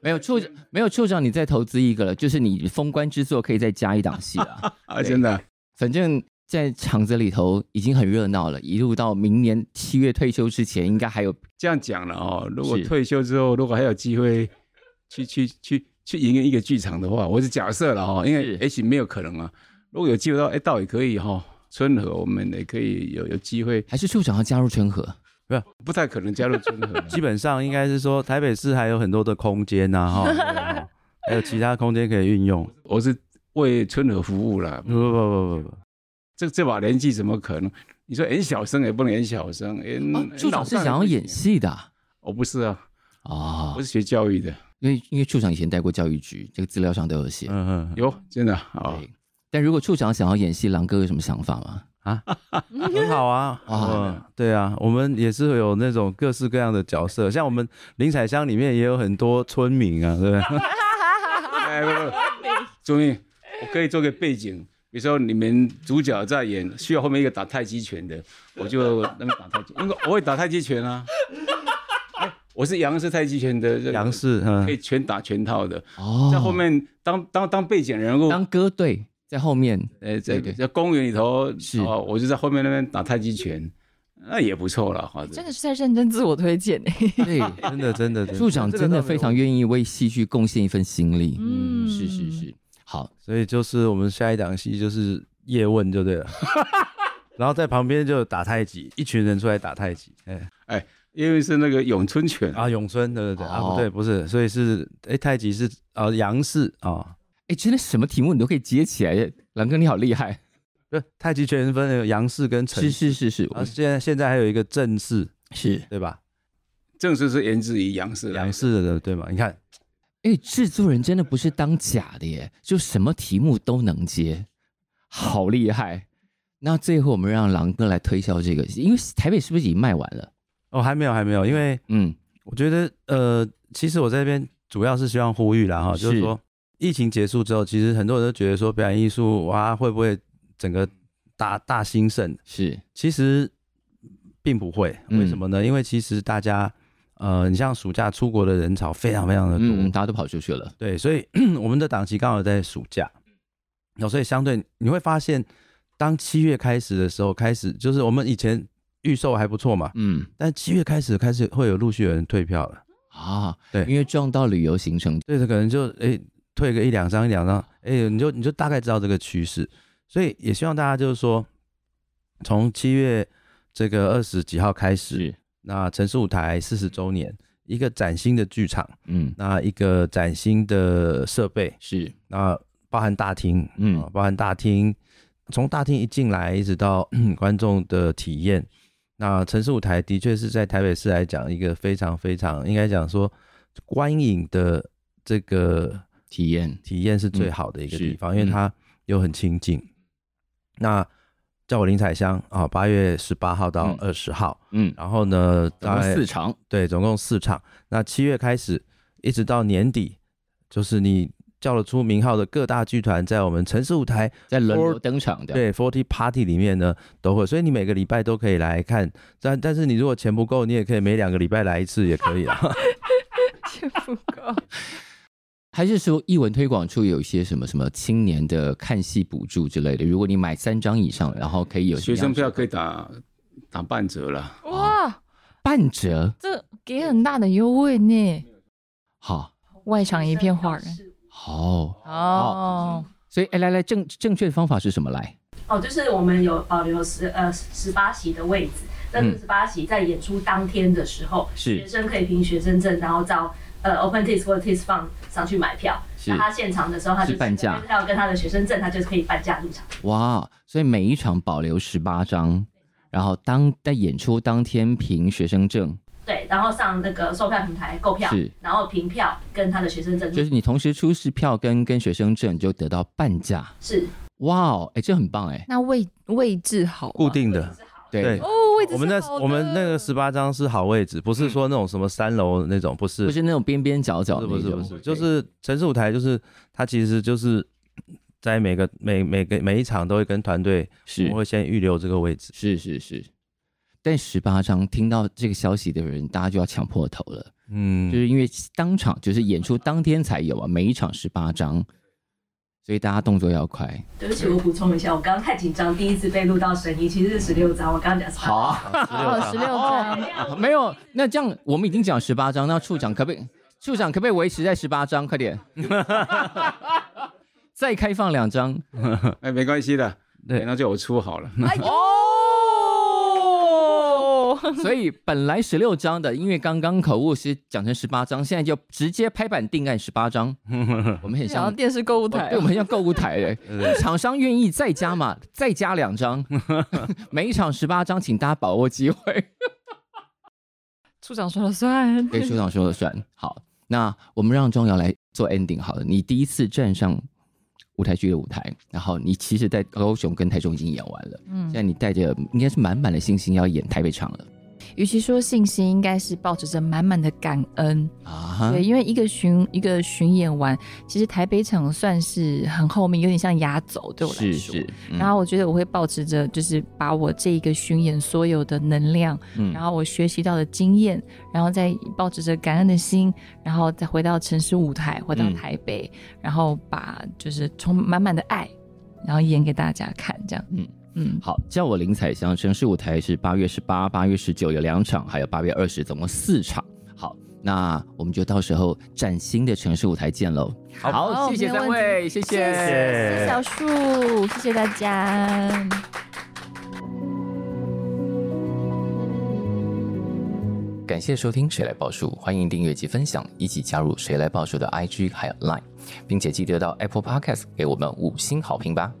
S1: 没有处长，没有处长，你再投资一个了，就是你封官之作可以再加一档戏 了。
S3: 啊，真的啊、
S1: 反正，在厂子里头已经很热闹了，一路到明年七月退休之前，应该还有
S3: 这样讲了哦。如果
S1: 是
S3: 退休之后，如果还有机会去去去去营运一个剧场的话，我是假设了哈、哦因为
S1: 是
S3: 也许没有可能啊。如果有机会到，哎，倒也可以哈、春和我们也可以有有机会，
S1: 还是处长要加入春和。
S3: 不太可能加入春 和了。
S4: 基本上应该是说台北市还有很多的空间呐，哈，对哈还有其他空间可以运用。
S3: 我是为春和服务啦
S4: 不。不不不不，
S3: 这这把年纪怎么可能？你说演小生也不能演小生，演
S1: 哦，处长是想要演，戏的啊
S3: 我、哦、不是啊，
S1: 哦
S3: 我是学教育的，
S1: 因为因为处长以前待过教育局，这个资料上都有写。
S4: 嗯嗯，
S3: 有真的啊、哦
S1: 对，但如果处长想要演戏，狼哥有什么想法吗？
S4: 很好啊，
S1: 哇
S4: 嗯，对啊，我们也是有那种各式各样的角色，像我们林采香里面也有很多村民啊，对不对？
S3: 哎，不不，终于我可以做个背景。比如说你们主角在演，需要后面一个打太极拳的，我就那边打太极，因为我会打太极拳啊。哎我是杨氏太极拳的这个
S4: 杨氏，嗯
S3: 可，以全打全套的，
S1: 哦，
S3: 在后面当当当背景人物，
S1: 当歌队在后 面，
S3: 呃，在
S1: 对对
S3: 在公园里头，
S1: 是
S3: 哦，我就在后面那边打太极拳，那也不错了，
S1: 嗯
S3: 哈。
S2: 真的是在认真自我推荐欸呢、
S1: 对，
S4: 真的真的，真的
S1: 处长真的非常愿意为戏剧贡献一份心力。
S2: 嗯
S1: 是是 是，好，
S4: 所以就是我们下一档戏就是叶问就 对了，然后在旁边就打太极，一群人出来打太极，哎
S3: 因为是那个咏春拳啊，
S4: 啊，咏春对对对、啊
S1: 哦
S4: 不对不是，所以是哎太极是啊杨氏啊，
S1: 哎，真的什么题目你都可以接起来，狼哥你好厉害。
S4: 不是太极拳分有杨氏跟陈啊
S1: 是
S4: 氏，
S1: 是是是，
S4: 然后现在现在还有一个郑氏
S1: 是。
S4: 对吧？
S3: 正式是源自于杨氏来
S4: 杨
S3: 的。
S4: 氏的对吗？你看
S1: 哎，制作人真的不是当假的耶，就什么题目都能接，好厉害。那最后我们让狼哥来推销这个，因为台北是不是已经卖完了？
S4: 哦还没有还没有，因为
S1: 嗯，
S4: 我觉得呃，其实我在这边主要是希望呼吁啦哈，就是是说疫情结束之后，其实很多人都觉得说表演艺术哇会不会整个大大兴盛？
S1: 是
S4: 其实并不会，
S1: 嗯
S4: 为什么呢？因为其实大家呃，你像暑假出国的人潮非常非常的多，
S1: 嗯，大家都跑出去了，
S4: 对，所以 我们的档期刚好在暑假，有所以相对你会发现，当七月开始的时候，开始就是我们以前预售还不错嘛，
S1: 嗯
S4: 但七月开始开始会有陆续有人退票了。
S1: 啊，
S4: 对
S1: 因为撞到旅游行程，
S4: 对，这可能就哎、退个一两张一两张，哎、你就你就大概知道这个趋势，所以也希望大家就是说，从七月这个二十几号开始，
S1: 是，
S4: 那城市舞台四十周年，一个崭新的剧场，
S1: 嗯，
S4: 那一个崭新的设备，
S1: 是，
S4: 那包含大厅，
S1: 嗯
S4: 啊包含大厅，从大厅一进来一直到嗯观众的体验，那城市舞台的确是在台北市来讲一个非常非常应该讲说观影的这个
S1: 体验
S4: 体验是最好的一个
S1: 嗯嗯是
S4: 地方，因为它又很亲近。那叫我林采香啊，八、月十八号到
S1: 嗯
S4: 二十号，
S1: 嗯，
S4: 然后呢，
S1: 总
S4: 大
S1: 共
S4: 概
S1: 四场，
S4: 对，总共四场。那七月开始，一直到年底，就是你叫得出名号的各大剧团，在我们城市舞台
S1: 在轮流
S4: Four-
S1: 登场的。
S4: 对 Forty Party 里面呢都会，所以你每个礼拜都可以来看。但但是你如果钱不够，你也可以每两个礼拜来一次，也可 以啦。
S2: 钱不 够，
S1: 还是说艺文推广处有一些什么什么青年的看戏补助之类的？如果你买三张以上，然后可以有
S3: 学生票可
S1: 以
S3: 以打打半折了。
S2: 哇，
S1: 半折，
S2: 这给很大的优惠呢。
S1: 好，
S2: 外场一片哗然
S1: 好，
S2: 哦，
S1: 所以哎，来来，正正确的方法是什么？来，
S5: 哦，就是我们有保留十呃十八席的位置，那这十八席在演出当天的时候，学
S1: 是
S5: 生可以凭学生证，然后到呃 OpenTix 或 TIS 放上去买票。
S1: 是
S5: 那他现场的时候，他就是
S1: 半价
S5: 他要跟他的学生证，他就可以半价入场。
S1: 哇，所以每一场保留十八张，然后当在演出当天凭学生证，
S5: 对，然后上那个售票平台购票
S1: 是，
S5: 然后凭票跟他的学生证
S1: 就是你同时出示票跟跟学生证，你就得到半价。
S5: 是
S1: 哇哦，哎，这很棒哎，
S2: 那位位置好吗，
S4: 固定的，对
S2: 哦，位置是
S4: 我们那
S2: 好的嗯
S4: 我们那个十八张是好位置，不是说那种什么三楼那种，不是
S1: 不是那种边边角角
S4: 不
S2: 哦
S1: 那
S4: 是
S1: 种，
S4: 不是不是，就是城市舞台，就是它其实就是在每个每每个每一场都会跟团队，我
S1: 是
S4: 们会先预留这个位置。
S1: 是是是，但十八张听到这个消息的人，大家就要抢破头了，
S4: 嗯，
S1: 就是因为当场就是演出当天才有啊，每一场十八张，所以大家动作要快。
S5: 对不起，我补充一下，我刚刚太紧张，第一次被录到声音，其实是十六张，我刚刚讲18
S1: 啊，
S2: 哦，十六张，
S5: 张。
S1: 没有，那这样我们已经讲十八张，那处长可不可以？处长可不可以维持在十八张？快点，再开放两张。
S3: 哎，没关系的，
S4: 对
S3: 那就我出好了。
S2: 哎呦哦，
S1: 所以本来十六张的，因为刚刚口误是讲成十八张，现在就直接拍板定案十八张。我们很
S2: 想到
S1: 像
S2: 电视购物
S1: 哦
S2: 台
S1: 对，我
S2: 哦，
S1: 们像购物台的，厂商愿意再加嘛，再加两张，每一场十八张，请大家把握机会。
S2: 处长说了算，
S1: 对，署长说了算。好，那我们让钟瑶来做 ending 好了。你第一次站上舞台剧的舞台，然后你其实在高雄跟台中已经演完了，
S2: 嗯
S1: 现在你带着应该是满满的信心要演台北场了
S2: 与其说信心，应该是抱着着满满的感恩。
S1: 啊哈
S2: 对，因为一个巡一个巡演完，其实台北场算是很后面，有点像压轴对我来
S1: 是
S2: 说。
S1: 是，嗯
S2: 然后我觉得我会保持着，就是把我这一个巡演所有的能量，
S1: 嗯
S2: 然后我学习到的经验，然后再保持着感恩的心，然后再回到城市舞台，回到
S1: 嗯
S2: 台北，然后把就是充满满的爱，然后演给大家看，这样。
S1: 嗯
S2: 嗯嗯，
S1: 好，叫我林采香，城市舞台是八月十八、八月十九有两场，还有八月二十，总共四场。好，那我们就到时候崭新的城市舞台见喽。
S4: 好
S1: 好，谢谢
S2: 没有
S1: 三
S2: 问
S1: 位，谢
S2: 谢谢谢小树，谢谢大家。
S1: 感谢收听《谁来报数》，欢迎订阅及分享，一起加入《谁来报数》的 IG 还有 Line，并且记得到 Apple Podcast 给我们五星好评吧。